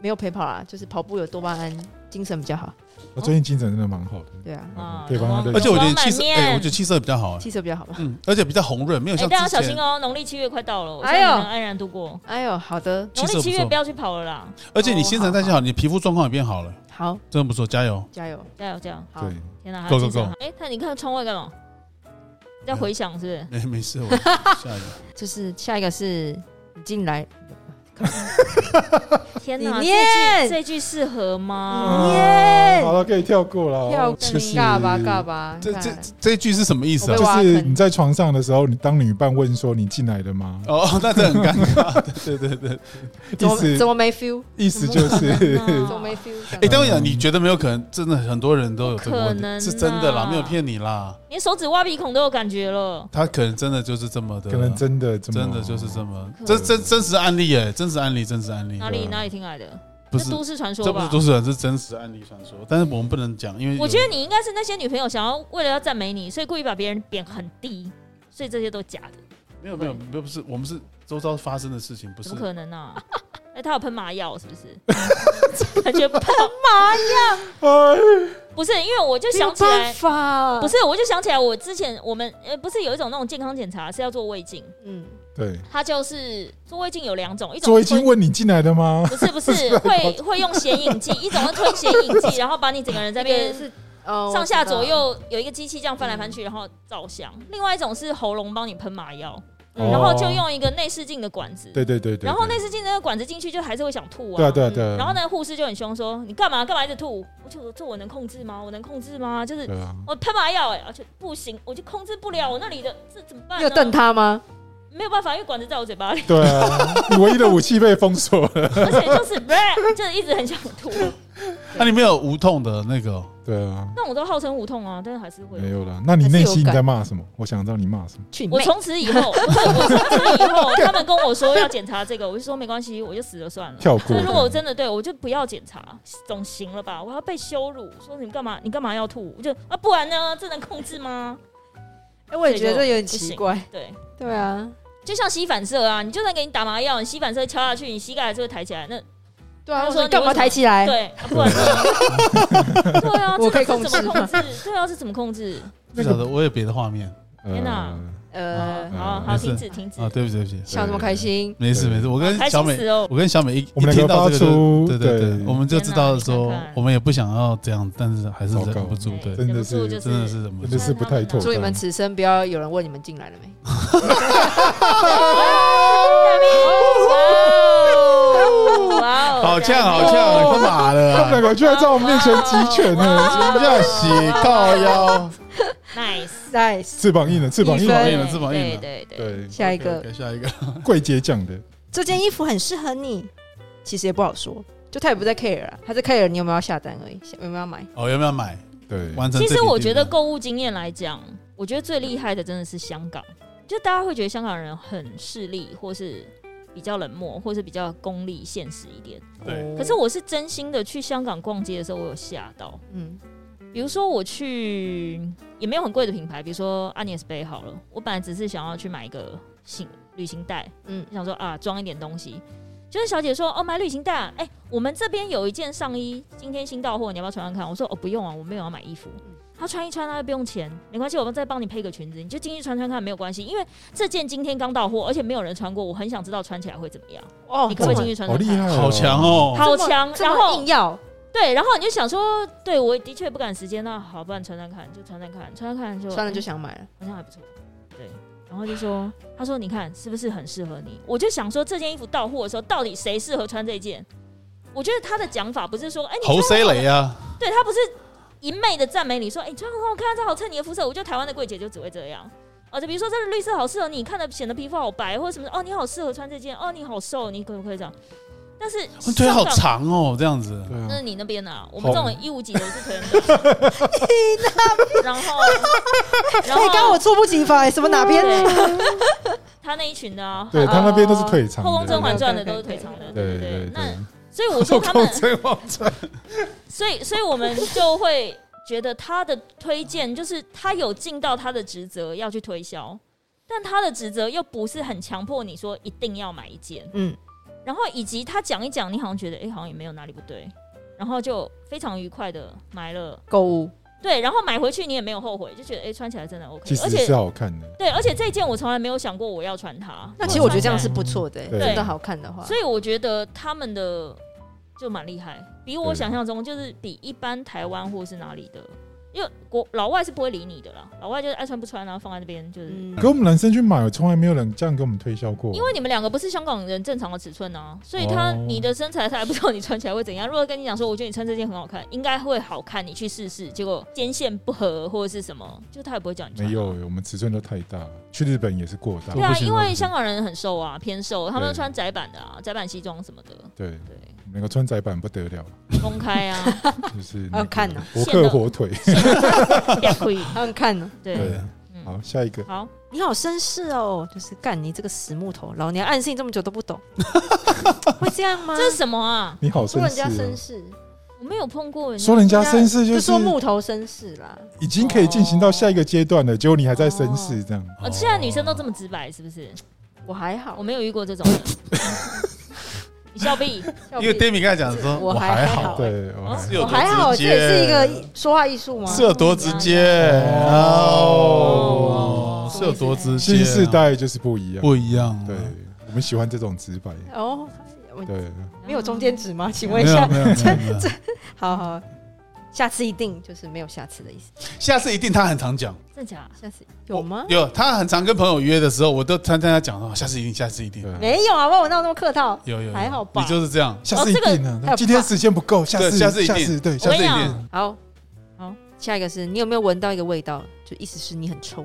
S5: 没有陪跑啦，就是跑步有多巴胺，精神比较好，
S1: 我最近精神真的蛮好的，
S5: 对啊，
S3: 啊
S1: 可以帮他
S3: 有
S1: 对
S2: 而且我觉得
S3: 光
S2: 气
S3: 满
S2: 色，
S3: 面
S2: 哎，我觉得气色比较好，哎
S5: 气色比较好嘛。
S2: 嗯，而且比较红润，没有
S3: 哎、
S2: 像
S3: 大家小
S2: 之
S3: 心
S2: 前。
S3: 哦，农历七月快到了，我希
S5: 哎呦
S3: 望你能安然度过。
S5: 哎呦，好的，
S2: 气
S3: 农
S2: 色
S3: 历
S2: 不
S3: 七月
S2: 错
S3: 不要去跑了啦，
S2: 而且你新陈代
S5: 哦
S2: 谢好，你皮肤状况也变好了，
S5: 好，
S2: 真的不错，加
S5: [LAUGHS]
S2: 油！
S5: 加油，
S3: 加油加油！
S5: 好，
S1: 对，
S3: 天哪、还
S2: Go,
S3: 有
S2: go,
S3: 精神好。哎、那你看窗外干嘛？你在回想是不是？
S2: 没没事，我下一个
S5: 就是下一个是你进来，[LAUGHS]
S3: 天
S5: 你
S3: 哪，这
S5: 念嗯
S3: 句这句适合吗？
S5: 耶
S1: 好了，可以跳过了，哦
S5: 要
S1: 就是
S5: 尬吧尬吧，
S2: 哦这
S5: 看
S2: 这这一句是什么意思
S5: 我
S2: 啊
S5: 被？
S1: 就是你在床上的时候，你当女伴问说你进来了吗？
S2: 哦， [LAUGHS] 那这很尴尬。对对对，
S3: [LAUGHS]
S2: 对
S5: 怎
S1: 意
S5: 么怎
S1: 思
S5: 么没 feel，
S1: 意思就是，
S3: 天
S5: 怎么没 feel？
S3: 哪
S5: 这样
S2: 啊哎，但我讲，你觉得没有可能？真的很多人都有这个问
S3: 不可能啊
S2: 题，是真的啦，没有骗你啦。
S3: 连手指挖鼻孔都有感觉了。
S2: 他可能真的就是这么的，
S1: 可能真的这么
S2: 真的就是这么，
S3: 可
S2: 这真真实案例哎，真实案例，真实案例，
S3: 哪
S1: 对
S3: 里
S1: 啊
S3: 哪里听来的？
S2: 不
S3: 这
S2: 是
S3: 都市传说
S2: 这不是
S3: 吧？
S2: 都市人，这是真实案例传说，但是我们不能讲，因为有
S3: 我觉得你应该是那些女朋友想要为了要赞美你，所以故意把别人贬很低，所以这些都假的，
S2: 没有没有没有不是，我们是周遭发生的事情，不是
S3: 怎么可能
S2: [LAUGHS]
S3: 啊？哎，他有喷麻药是不是？感觉喷
S1: 哎
S3: 不是，因为我就
S5: 没有
S3: 想起
S2: [LAUGHS]
S3: 来
S5: 办，法，
S3: 不，是，我就想起来，我之前我们呃不是有一种那种健康检查是要做胃镜，
S5: 嗯，
S1: 对，
S3: 它就是做胃镜有两种，一种
S1: 作为已
S3: 是
S1: 经问你进来了吗？
S3: 不是不是会会用显影剂，一种是推显影剂，然后把你整个人在
S5: 这
S3: 那边
S5: 边是哦
S3: 上下左，右有一个机器这样翻来翻去，然后照相；另外一种是喉咙帮你喷麻药，
S1: 哦
S3: 然后就用一个内视镜的管子。
S1: 对对对对，
S3: 然后
S1: 对
S3: 内视镜那个管子进去就还是会想吐啊。
S1: 对啊对啊对啊，
S3: 然后那个护士就很凶说：“你干嘛干嘛一直吐？”我就说：“这我能控制吗？我能控制吗？就是
S1: 对啊，
S3: 我喷麻药哎、而且不行，我就控制不了我那里的，这怎么办、
S5: 我
S3: 呢？
S5: 知道有瞪他吗？
S3: 没有办法，因为管子在我嘴巴里， [LAUGHS]
S1: 对啊，你唯一的武器被封锁了， [LAUGHS]
S3: 而且就是 [LAUGHS] 就是一直很想吐。
S2: 那、啊你没有无痛的那个哦，
S1: 对啊，
S3: 但我都号称无痛啊，但是还是会。
S1: 没有了。那你内心你在骂什么？我想知道你骂什么。
S5: 去你
S3: 我
S5: 妹！
S3: 从此以后， [LAUGHS] 不是我从此以后，他们跟我说要检查这个，我就说没关系，我就死了算了。
S1: 跳过
S3: [LAUGHS] 所以如果我真的对我就不要检查，总行了吧？我要被羞辱，说你干嘛？你干嘛要吐？我就啊，不然呢？这能控制吗？
S5: 哎，我也觉得这有点
S3: 不行
S5: 奇怪，
S3: 对，
S5: 对啊，
S3: 就像吸反射啊，你就算给你打麻药，你吸反射敲下去，你膝盖还是会抬起来。那
S5: 对啊，
S3: 他
S5: 我
S3: 就
S5: 说你
S3: 说
S5: 干嘛
S3: 你为什么
S5: 抬起来？
S3: 对，啊、不然呢？ [LAUGHS] 对啊，
S5: 哎我可以
S3: 这个是怎么
S5: 控制吗
S3: 控制？对啊，是怎么控制？
S2: 不晓得我有别的画面，
S1: 呃
S3: 天哪
S4: 呃，
S3: 好
S2: 没
S3: 好，
S2: 事
S3: 停止停止
S2: 啊，，对不起对不起，
S4: 笑那么开心，
S2: 没事
S1: 对
S2: 没事，我跟
S3: 开
S2: 小
S3: 心
S2: 美
S3: 死哦！
S2: 我跟小美一
S1: 我们
S2: 一
S1: 两
S2: 听
S1: 个
S2: 到这个就
S1: 发出
S2: 对对对
S1: 对，
S2: 我们就知道说
S3: 天哪你看看
S2: 我们也不想要这样，但是还是
S1: 糟糕
S2: 忍不住，对，
S1: 真的
S3: 哎忍不住
S1: 是
S3: 就
S2: 真的是忍不
S1: 真
S2: 住
S1: 的。是不太妥当。
S3: 我
S4: 祝你们此生不要有人问你们进来了没。
S3: 哇哦，
S2: 好呛好呛，干嘛
S1: 他们两
S2: 了？
S1: 个居然在我面前集欸拳呢，
S2: 要洗靠腰，
S3: ，nice，
S4: Nice，
S1: 翅膀硬了，翅膀硬
S4: 一分
S1: 了。
S2: 硬了翅膀硬
S3: 对
S2: 了
S3: 对对，
S1: 对，
S4: 下一个，
S2: OK，下一个，
S1: 桂姐讲的，
S4: 这件衣服很适合你，其实也不好说，就他也不在 care 啊，他在 care 你有没有要下单而已，想有没有要买。
S2: 哦，要不要买？
S1: 对，
S2: 完成这
S3: 其
S2: 笔订单。
S3: 实我觉得购物经验来讲，我觉得最厉害的真的是香港，就大家会觉得香港人很势利，或是比较冷漠，或是比较功利、现实一点。
S4: 哦
S2: 对，
S3: 可是，我是真心的去香港逛街的时候，我有吓到。
S4: 嗯，
S3: 比如说我去也没有很贵的品牌，比如说 Agnes 杯好了，我本来只是想要去买一个行旅行袋，
S4: 嗯
S3: 嗯，想说啊装一点东西。就是小姐说哦买旅行袋、啊，哎、我们这边有一件上衣，今天新到货，你要不要穿穿看？我说哦不用啊，我没有要买衣服。她穿一穿，她不用钱，没关系，我们再帮你配个裙子，你就进去穿穿看，没有关系，因为这件今天刚到货，而且没有人穿过，我很想知道穿起来会怎么样，
S4: 哦
S3: 你可不可以
S4: 这
S3: 进
S4: 么
S3: 去穿
S1: 好
S3: 穿
S1: 厉
S3: 看？
S1: 害哦，
S2: 好强哦，
S3: 好
S4: 这么
S3: 强，
S4: 这
S3: 然
S4: 么
S3: 后
S4: 硬要，
S3: 对，然后你就想说，对我的确不赶时间，那好，不然穿穿看，就穿穿看，穿穿看就
S4: 穿了就
S3: 哎
S4: 想买了。
S3: 好像还不错，对。然后就说，他说你看是不是很适合你？我就想说，这件衣服到货的时候，到底谁适合穿这件？我觉得他的讲法不是说，哎、你
S2: 侯
S3: 穿
S2: C 雷啊，
S3: 对他不是一昧的赞美你说，哎、你穿很好看，这好衬你的肤色。我觉得台湾的柜姐就只会这样。哦，就比如说这个绿色好适合你，看着显得皮肤好白，或者什么的。哦，你好适合穿这件。哦，你好瘦，你可不可以这样？但是
S2: 我腿好
S3: 香港
S2: 长哦，这样子。
S1: 对
S3: 那
S1: 啊，
S3: 是你那边啊，我们这
S1: 好
S3: 种一五几的是可
S2: [LAUGHS]
S3: 能的。 [LAUGHS] 你那，然后，然后
S4: 哎，刚我猝不及防，哎什么哪边？
S3: 对 [LAUGHS] 他那一群的啊，
S1: [LAUGHS] 对他那边都是腿长的
S3: 后宫甄嬛传的都是腿长的，
S1: 对
S3: 对
S1: 对
S3: 对。那
S1: 对，
S3: 所以我说他们，
S2: 真忘传，
S3: 所以所以我们就会觉得他的推荐就是他有尽到他的职责要去推销，但他的职责又不是很强迫你说一定要买一件。
S4: 嗯，
S3: 然后以及他讲一讲，你好像觉得哎、诶好像也没有哪里不对，然后就非常愉快的买了。
S4: 购物
S3: 对，然后买回去你也没有后悔，就觉得哎、诶穿起来真的 OK，
S1: 其实
S3: 而
S1: 是
S3: 且
S1: 好看的，
S3: 对，而且这一件我从来没有想过我要穿它。
S4: 那其实我觉得这样
S3: 穿起
S4: 是不错的，哎
S1: 对
S4: 真的好看的话
S3: 来，，所以我觉得他们的就蛮厉害，比我想象中就是比一般台湾或是哪里的，因为国老外是不会理你的啦，老外就是爱穿不穿，然后放在那边就是。
S4: 嗯
S1: 给我们男生去买，从来没有人这样给我们推销过，
S3: 因为你们两个不是香港人正常的尺寸啊，所以他、
S1: 哦
S3: 你的身材他还不知道你穿起来会怎样。如果跟你讲说，我觉得你穿这件很好看，应该会好看，你去试试，结果肩线不合或者是什么，就他也不会叫你穿啊。
S1: 没有，我们尺寸都太大，了，去日本也是过大
S3: 对，
S2: 我
S3: 啊，
S2: 不行
S3: 因
S2: 我不
S3: 为
S2: 行
S3: 香港人很瘦啊，偏瘦，他们
S1: 对
S3: 都穿窄版的啊，窄版西装什么的，
S1: 对，
S3: 对，
S1: 那个穿窄版不得了，
S3: 公
S1: [LAUGHS]
S3: 开啊，
S1: 就是
S4: 好看哦
S1: 博客火腿，
S3: 也可以，
S4: 好看呢。
S3: 对，
S1: 对，
S3: 嗯
S1: 好，下一个，
S3: 好，
S4: 你好绅士哦，就是干你这个死木头，老娘暗示你这么久都不
S3: [LAUGHS]
S4: 懂，会这样吗？
S3: 这是什么啊？
S1: 你好
S4: 说
S1: 绅
S4: 人家
S1: 士
S4: 绅
S1: 哦，
S4: 士，
S3: 我没有碰过人家
S1: 说人家绅士
S4: 就是说木头绅士啦。
S1: 已经可以进行到下一个阶段了，结果你还在绅士这样，
S3: 哦，现在女生都这么直白，是不是？
S4: 我还好，
S3: 我没有遇过这种
S1: [LAUGHS]
S3: 人。你笑屁，
S4: 笑
S2: 因为
S4: 屁
S2: Demi 刚才讲说，
S4: 我还
S2: 还
S4: 好
S2: 好，
S1: 对，我还
S3: 哦
S2: 是有
S4: 我
S2: 多
S4: 还好，
S2: 直
S4: 这
S2: 接
S4: 也是一个说话艺术吗？
S2: 是啊有多直接
S1: 哦
S2: 哦，是有多直接，
S1: 新世代就是不一样，
S2: 不一样，啊
S1: 对，我们喜欢这种直白，
S4: 哦，我
S1: 对，
S4: 没有中间
S3: 嗯
S4: 值吗？请
S2: 没
S4: 问一
S2: 有
S4: 下，
S2: 没有没有，
S4: 好好，下次一定就是没有下次的意思。
S2: 下次一定他很常讲，
S3: 真假？
S4: 下次有吗？
S2: 有，他很常跟朋友约的时候，我都常跟他讲说，哦下次一定，下次一定，
S1: 对啊，
S4: 没有啊，问我闹那么客套，
S2: 有有，有
S4: 还好吧
S2: 你就是这样，
S3: 哦
S1: 下次一定啊，
S4: 这个
S1: 今天时间不够，下次
S2: 对下次一定
S1: 对，
S3: 我
S1: 下次
S2: 下次
S3: 跟你
S2: 一
S3: 讲，
S4: 好
S3: 好。
S4: 下一个是你有没有闻到一个味道，就意思是你很臭，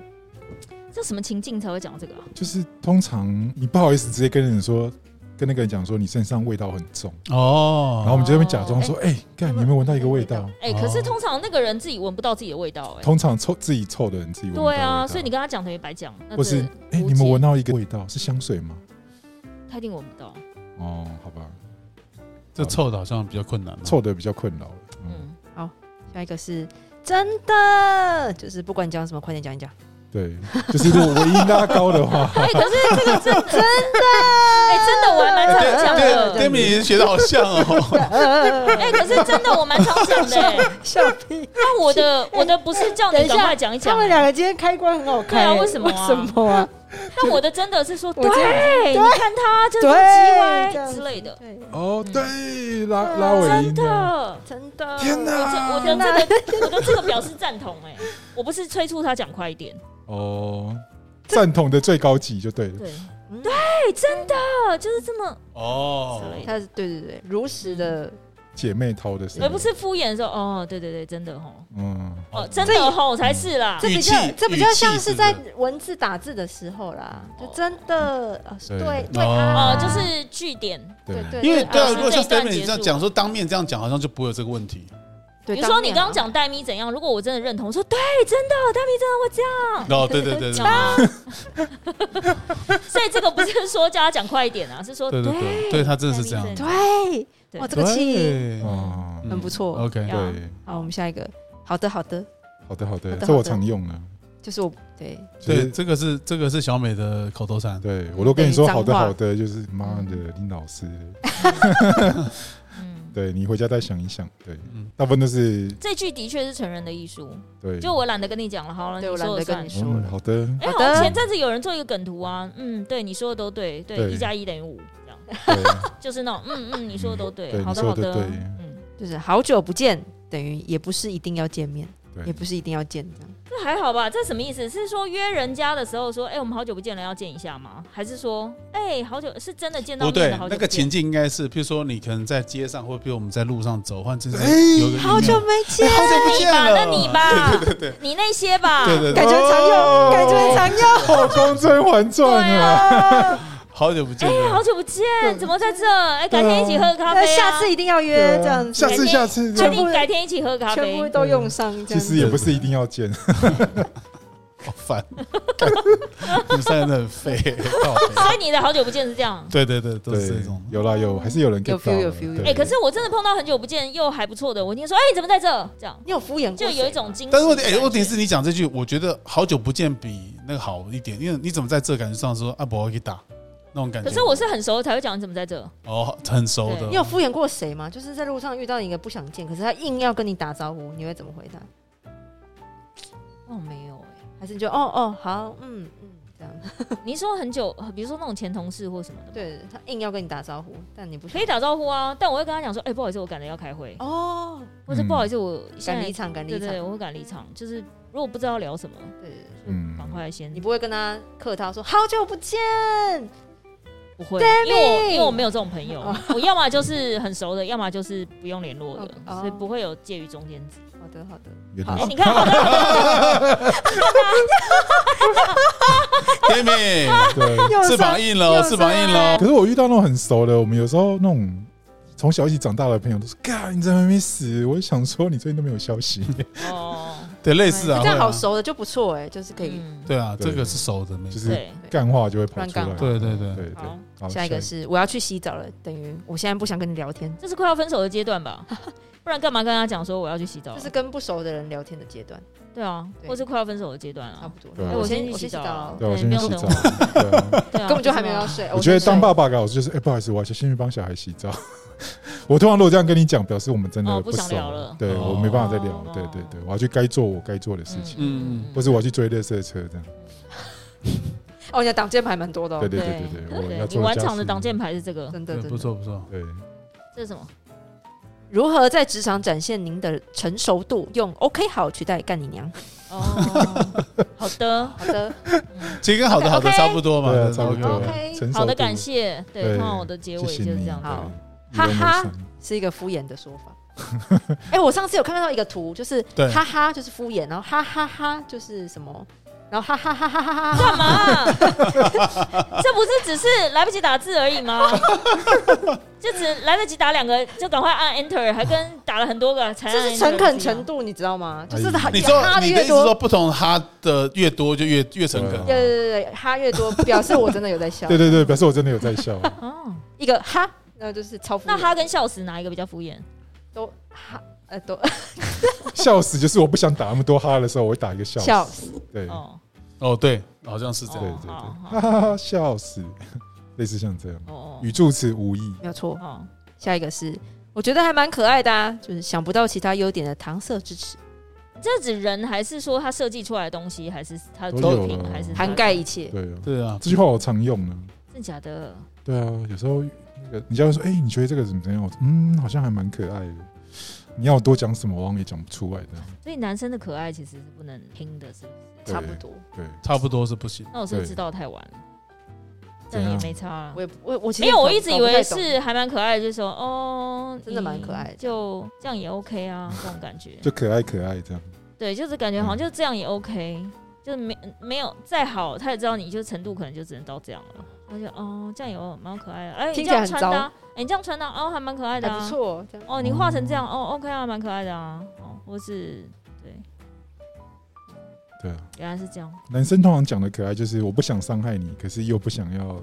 S3: 这什么情境才会讲到这个啊？
S1: 就是通常你不好意思直接跟人说，跟那个人讲说你身上味道很重，然后
S2: 哦，
S1: 我们就会假装说，哎，干，你有没有闻到一个味道？
S3: 哎，
S2: 哦
S3: 可是通常那个人自己闻不到自己的味道，哎，
S1: 通常臭自己臭的人自己闻不到
S3: 对啊，
S1: 味道
S3: 所以你跟他讲等于白讲，那
S1: 或是
S3: 真的
S1: 哎，
S3: 无
S1: 你们
S3: 解
S1: 闻到一个味道是香水吗？
S3: 他一定闻不到。
S1: 哦，好吧，
S2: 这臭的好像比较困难，啊
S1: 臭的比较困扰，嗯，
S3: 嗯，
S4: 下一个是真的，就是不管你讲什么，快点讲一讲。
S1: 对，就是如果我音拉高的话，
S3: [LAUGHS] 哎，可是这
S1: [LAUGHS]
S3: 个真真的，哎，真的我还蛮常讲
S2: 对
S3: 的。
S2: 对，米学的好像哦，
S3: 哎，可是真的我蛮常讲的、哎
S5: 笑屁！
S3: 那我的我的不是叫
S5: 等
S3: 你
S5: 一下
S3: 赶快讲一讲哎
S5: 他，们两个今天开关很好看、
S3: 对啊
S5: 欸
S3: 为什么
S5: 为
S3: 啊
S5: 什么啊？
S3: 那我的真的是说，
S5: 我
S3: 对，
S5: 这
S3: 你看他就是
S5: 对，
S3: 叽
S5: 这样
S3: 歪
S5: 子
S3: 之类的，
S5: 对，
S1: 哦，对，拉拉尾
S3: 嗯真
S1: 音啊，
S3: 的。
S5: 真的。
S1: 天
S3: 我这
S1: 哪，
S3: 我的这个我的这个表示赞同哎、我不是催促他讲快一点，
S1: 哦，赞同的最高级就对了，
S3: 对，
S5: 嗯
S3: 哎，真的就是这么
S2: [LAUGHS] 哦
S3: 之，类的，
S5: 他是对对对，如实的，
S1: 姐妹淘的声音，
S3: 而不是敷衍说哦，对对对，真的吼，
S1: 嗯，
S3: 哦，真的吼才是啦，
S5: 这比较
S2: 语气
S5: 这比较像
S2: 语气是不是
S5: 是在文字打字的时候啦，就真的，哦
S1: 对
S5: 对对
S3: 哦
S5: 啊，，
S3: 就是据点。
S1: 对
S5: 对，对，
S2: 因为对啊，
S3: 对呃
S2: 如果像
S3: 这一段
S2: Stephanie
S3: 结
S2: 这样
S3: 束
S2: 讲说当面这样讲，好像就不会有这个问题。
S5: 对
S3: 比如说
S5: 当面
S3: 你
S5: 啊
S3: 刚刚讲戴咪怎样，如果我真的认同，说对，真的戴咪真的会这样，
S2: 哦，对对对对
S3: [LAUGHS] 所以这个不是说叫他讲快一点啊，是说
S2: 对对对对，对他真的是这样。
S5: 对，
S3: 对
S5: 哇，这个气
S2: 对
S1: 哦，
S5: 很不错。
S2: OK，
S3: 要
S1: 对，
S5: 好，我们下一个，好的好的，
S1: 好的好的
S5: 好，的
S1: 这我
S5: 好的
S1: 常用啊，
S5: 就是我对
S1: 就
S2: 对，
S1: 是
S2: 这个是这个是小美的口头禅。
S1: 对我都跟你说
S5: 等于
S1: 好的
S5: 脏话
S1: 好的，就是妈的林老师，
S3: 嗯，
S1: 对你回家再想一想，对
S2: 嗯，
S1: 大部分都是
S3: 这句的确是成人的艺术，
S1: 对，
S3: 就我懒得跟你讲了，好了，
S5: 对
S3: 你
S5: 我
S3: 说
S5: 懒
S3: 了
S5: 得跟
S3: 算
S5: 你。说
S1: 嗯
S5: 了，
S1: 好的，
S5: 好
S3: 哎，好
S5: 的
S3: 像前阵子有人做一个梗图啊，嗯，对，你说的都对，对，
S1: 对
S3: 一加一等于五，这样
S5: [LAUGHS]
S1: 对
S3: 就是那种，嗯嗯，你说的都对，
S1: 对
S3: 好
S1: 你
S3: 的
S1: 说
S3: 好
S1: 的
S3: 的，
S1: 对，
S3: 嗯，
S5: 就是好久不见，等于也不是一定要见面，
S1: 对
S5: 也不是一定要见这样。
S3: 这还好吧？这什么意思？是说约人家的时候说，哎，我们好久不见了，要见一下吗？还是说，哎，好久是真的见到
S2: 不
S3: 面
S2: 对
S3: 的，好久
S2: 那
S3: 不
S2: 个
S3: 见
S2: 情？境应该是，譬如说你可能在街上，或者譬如我们在路上走，换成是
S1: 哎
S2: 有一个
S5: 好久没见
S2: 哎，好久不
S3: 你
S2: 见
S3: 吧，
S2: 了，
S3: 那你吧，
S2: 对对
S3: 你那些吧，
S2: 对对
S5: 感
S2: 对，
S5: 觉很常
S1: 哦
S5: 用，感觉很常用。
S1: 后宫甄嬛
S3: 对
S1: 传啊，
S3: 啊，
S2: 好久不见
S3: 哎，
S2: 了
S3: 好。久不见，怎么在这？哎，改天一起喝个咖
S5: 那
S3: 啡啊，
S5: 下次一定要约这样子，
S1: 下次
S3: 哎
S1: 下次这
S3: 确
S1: 样，
S3: 定改天一起喝咖
S5: 全部
S3: 啡。
S5: 都用上这
S1: 其
S5: 样
S1: 实
S5: 子。
S1: 也不是一定要见，
S2: 好烦，你们三个人很废，靠北
S3: 所以你的好久不见是这样。
S2: 对对对，都
S1: 对
S2: 是这种，。
S1: 有啦有，还是有人 get
S5: 有
S1: 到
S5: feel，有
S1: 了
S5: feel，有
S1: 对
S5: feel
S3: 哎、可是我真的碰到很久不见又还不错的，我一定说，哎、你怎么在这？这样
S5: 你有敷衍过谁
S3: 就
S5: 吗，
S3: 有一种惊喜。
S2: 但是问题，哎，问题是你讲这句，我觉得好久不见比那个好一点，因为你怎么在这感觉上说啊，不好给打那种感觉。
S3: 可是我是很熟才会讲你怎么在这。
S2: 哦，很熟的
S5: 你，有敷衍过谁吗？就是在路上遇到一个不想见，可是他硬要跟你打招呼，你会怎么回答？
S3: 哦，没有
S5: 还是你就哦哦好，嗯嗯这样？
S3: 哎、你说很久，比如说那种前同事或什么的，
S5: 对他硬要跟你打招呼，但你不想
S3: 可以打招呼啊，但我会跟他讲说，哎、不好意思，我赶着要开会，
S5: 哦，
S3: 或者
S1: 嗯
S3: 不好意思，我现
S5: 赶离
S3: 在
S5: 场，赶离
S3: 对
S5: 场。
S3: 对，我会赶离场，就是如果不知道聊什么，
S5: 对，
S1: 嗯
S3: 嗯，赶快先
S5: 你不会跟他客套说好久不见，
S3: 不会，哦
S5: Damn
S3: 因为我
S5: it
S3: 因为我没有这种朋友，我要么就是很熟的，要么就是不用联络的，
S5: 哦
S3: 所以不会有介于中间值。
S5: 好的好的，
S1: 有
S3: 哎、
S1: 点
S3: 你看好的，
S2: 妹妹
S1: 对。
S2: 翅膀硬了，
S5: 又上
S2: 翅膀硬了
S1: 可。是我遇到那种很熟的，我们有时候那种从小一起长大的朋友都说：“干，你怎么还没死？”我就想说你最近都没有消
S3: [LAUGHS]
S1: 息，
S3: 哦，
S2: 对，类似啊，
S5: 这样
S2: 会啊
S5: 好。熟的就不错哎，就是可以。
S3: 嗯，
S2: 对啊，
S1: 对
S2: 这个是熟的，没
S1: 就是
S2: 错。
S3: 对。
S1: 干话就会跑出来。
S5: 乱干话
S2: 对对对
S1: 对对
S3: 好，
S1: 好
S5: 下一个是我要去洗澡了，等于我现在不想跟你聊天，
S3: 这是快要分手的阶
S5: [LAUGHS]
S3: 段吧？不然干嘛跟他讲说我要去洗澡啊
S5: 这？是跟不熟的人聊天的阶段，
S3: 对啊，
S5: 对
S3: 或是快要分手的阶段
S5: 差
S3: 啊。
S5: 不多
S1: 对。啊
S5: 哎
S3: 我
S5: 先
S3: 先去
S5: 我
S3: 洗
S5: 洗
S3: 澡
S5: 澡
S3: 了
S5: 了，
S1: 对，我
S3: 对
S1: 先
S3: 不
S1: 去洗
S3: 用等
S1: 澡
S3: 我。
S1: 对
S3: [LAUGHS]
S1: 啊
S3: 对啊，
S5: 根本就还
S3: 是
S5: 没
S3: 吗
S5: 有要睡。
S1: 我觉得
S5: 先睡
S1: 当爸爸搞就是，哎，不好意思，我要先去帮小孩洗澡。 [LAUGHS] 我通常如果这样跟你讲，表示我们真
S3: 哦
S1: 的
S3: 不
S1: 熟
S3: 想聊了
S1: 对
S2: 哦
S1: 我没办法再聊
S3: 哦。
S1: 对对对，我要去该做我该做的事
S3: 啊
S1: 情，
S2: 嗯
S1: 或是我要去追热色车这样。
S5: 哦，你的挡箭牌蛮多的哦，
S1: 对对对对对，我要
S3: 你
S1: 做
S3: 晚
S1: 家
S3: 场的
S1: 事
S3: 挡箭。牌是这个，
S5: 真的
S2: 对
S5: 真，的
S2: 不。错不错。
S1: 对，
S3: 这是什么？
S5: 如何在职场展现您的成熟度？用 OK 好取代干你娘。
S3: 哦， [LAUGHS] 好的，
S5: 好的，
S1: 嗯
S2: 其实跟好的好的
S3: OK
S2: 差不多嘛
S1: 对啊，，
S2: 对
S1: 差不
S2: OK
S1: 多
S5: OK，。
S1: 成熟
S3: 好的，
S1: 度
S3: 感谢。对，
S1: 对
S3: 通常我的结尾
S1: 谢谢
S3: 就是
S1: 你
S3: 这样。
S5: 好
S1: 对
S5: 哈哈。
S1: 一路上
S5: 是一个敷衍的说
S2: [LAUGHS]
S5: 法。哎、我上次有看到一个图，就是
S2: 对
S5: 哈哈就是敷衍，然后哈哈哈就是什么，然后哈哈哈哈哈哈哈。
S3: 干嘛？ [LAUGHS] 这不是只是来不及打字而
S5: [LAUGHS]
S3: 已吗？就只来得及打两个，就赶快按 Enter，还跟打了很多哎个才按
S5: 这
S3: Enter
S5: 是诚恳
S3: 不一样
S5: 程度，你知道吗？就是
S1: 哎
S5: 哈
S2: 你知道
S5: 哈的
S2: 你的意思
S5: 越
S2: 是说
S5: 多，
S2: 不同哈的越多就越越诚
S1: 啊
S2: 恳，
S5: 对对对对，哈越多，表示我真的有
S2: [LAUGHS]
S5: 在笑。
S1: 对对对，表示我真的有在笑。 [LAUGHS]
S3: 哦。
S5: 一个哈，那就是超敷衍。
S3: 那哈跟笑死哪一个比较敷衍？
S5: 都哈呃都
S1: 笑死，就是我不想打那么多哈的时候，我会打一个笑死。
S5: 笑死。
S1: 对，
S3: 哦，
S2: 哦，对，好像是这样。
S1: 对
S3: 哦
S1: 对
S3: 好好
S1: 对，哈哈哈，笑死， [LAUGHS] 类似像这样，
S3: 哦
S1: 语助词无意，
S5: 没有错。
S3: 哦，
S5: 下一个是我觉得还蛮可爱的啊，就是想不到其他优点的搪塞之词，
S3: 这指人还是说他设计出来的东西，还是他的
S1: 都有
S5: 啊
S3: 作品，
S1: 了
S3: 还是他的
S5: 涵盖一切。
S1: 对
S3: 哦
S1: 啊，
S2: 对啊，
S1: 这句话我常用呢。
S3: 真假的？
S1: 对啊，有时候那个你教授说，哎、你觉得这个怎么样？我说嗯，好像还蛮可爱的。你要我多讲什么，我好像也讲不出来的。
S3: 所以男生的可爱其实是不能拼的，是不是？
S1: 对
S5: 差不多。
S1: 对，
S2: 差不多是不行。
S3: 那我是不是
S1: 对
S3: 知道太晚了，
S1: 怎
S3: 但也
S1: 样
S3: 没差啊
S5: 我。也不我我其实
S3: 没有，我
S5: 搞
S3: 一直
S5: 搞
S3: 以
S5: 不太
S3: 为
S5: 懂
S3: 是还蛮可爱的，就是说哦，
S5: 真的蛮
S3: 你
S5: 可爱的
S3: 就这样也 OK 啊，
S5: [LAUGHS]
S3: 这种感觉。
S1: 就可爱可爱这样。
S3: 对，就是感觉
S5: 嗯
S3: 好像就这样也 OK，就是没没有再好，他也知道你就程度可能就只能到这样了。他就哦，这样也蛮可爱的，哎、你
S5: 听
S3: 这
S5: 起来
S3: 样
S5: 很
S3: 穿搭、啊，哎、你这样穿搭、哦，还蛮可爱的、
S5: 还
S3: 啊，
S5: 不错，这样
S3: 哦，你画成这样，哦，OK 啊，蛮可爱的啊，哦，或是对，
S1: 对啊，
S3: 原来是这样，
S1: 男生通常讲的可爱就是我不想伤害你，可是又不想要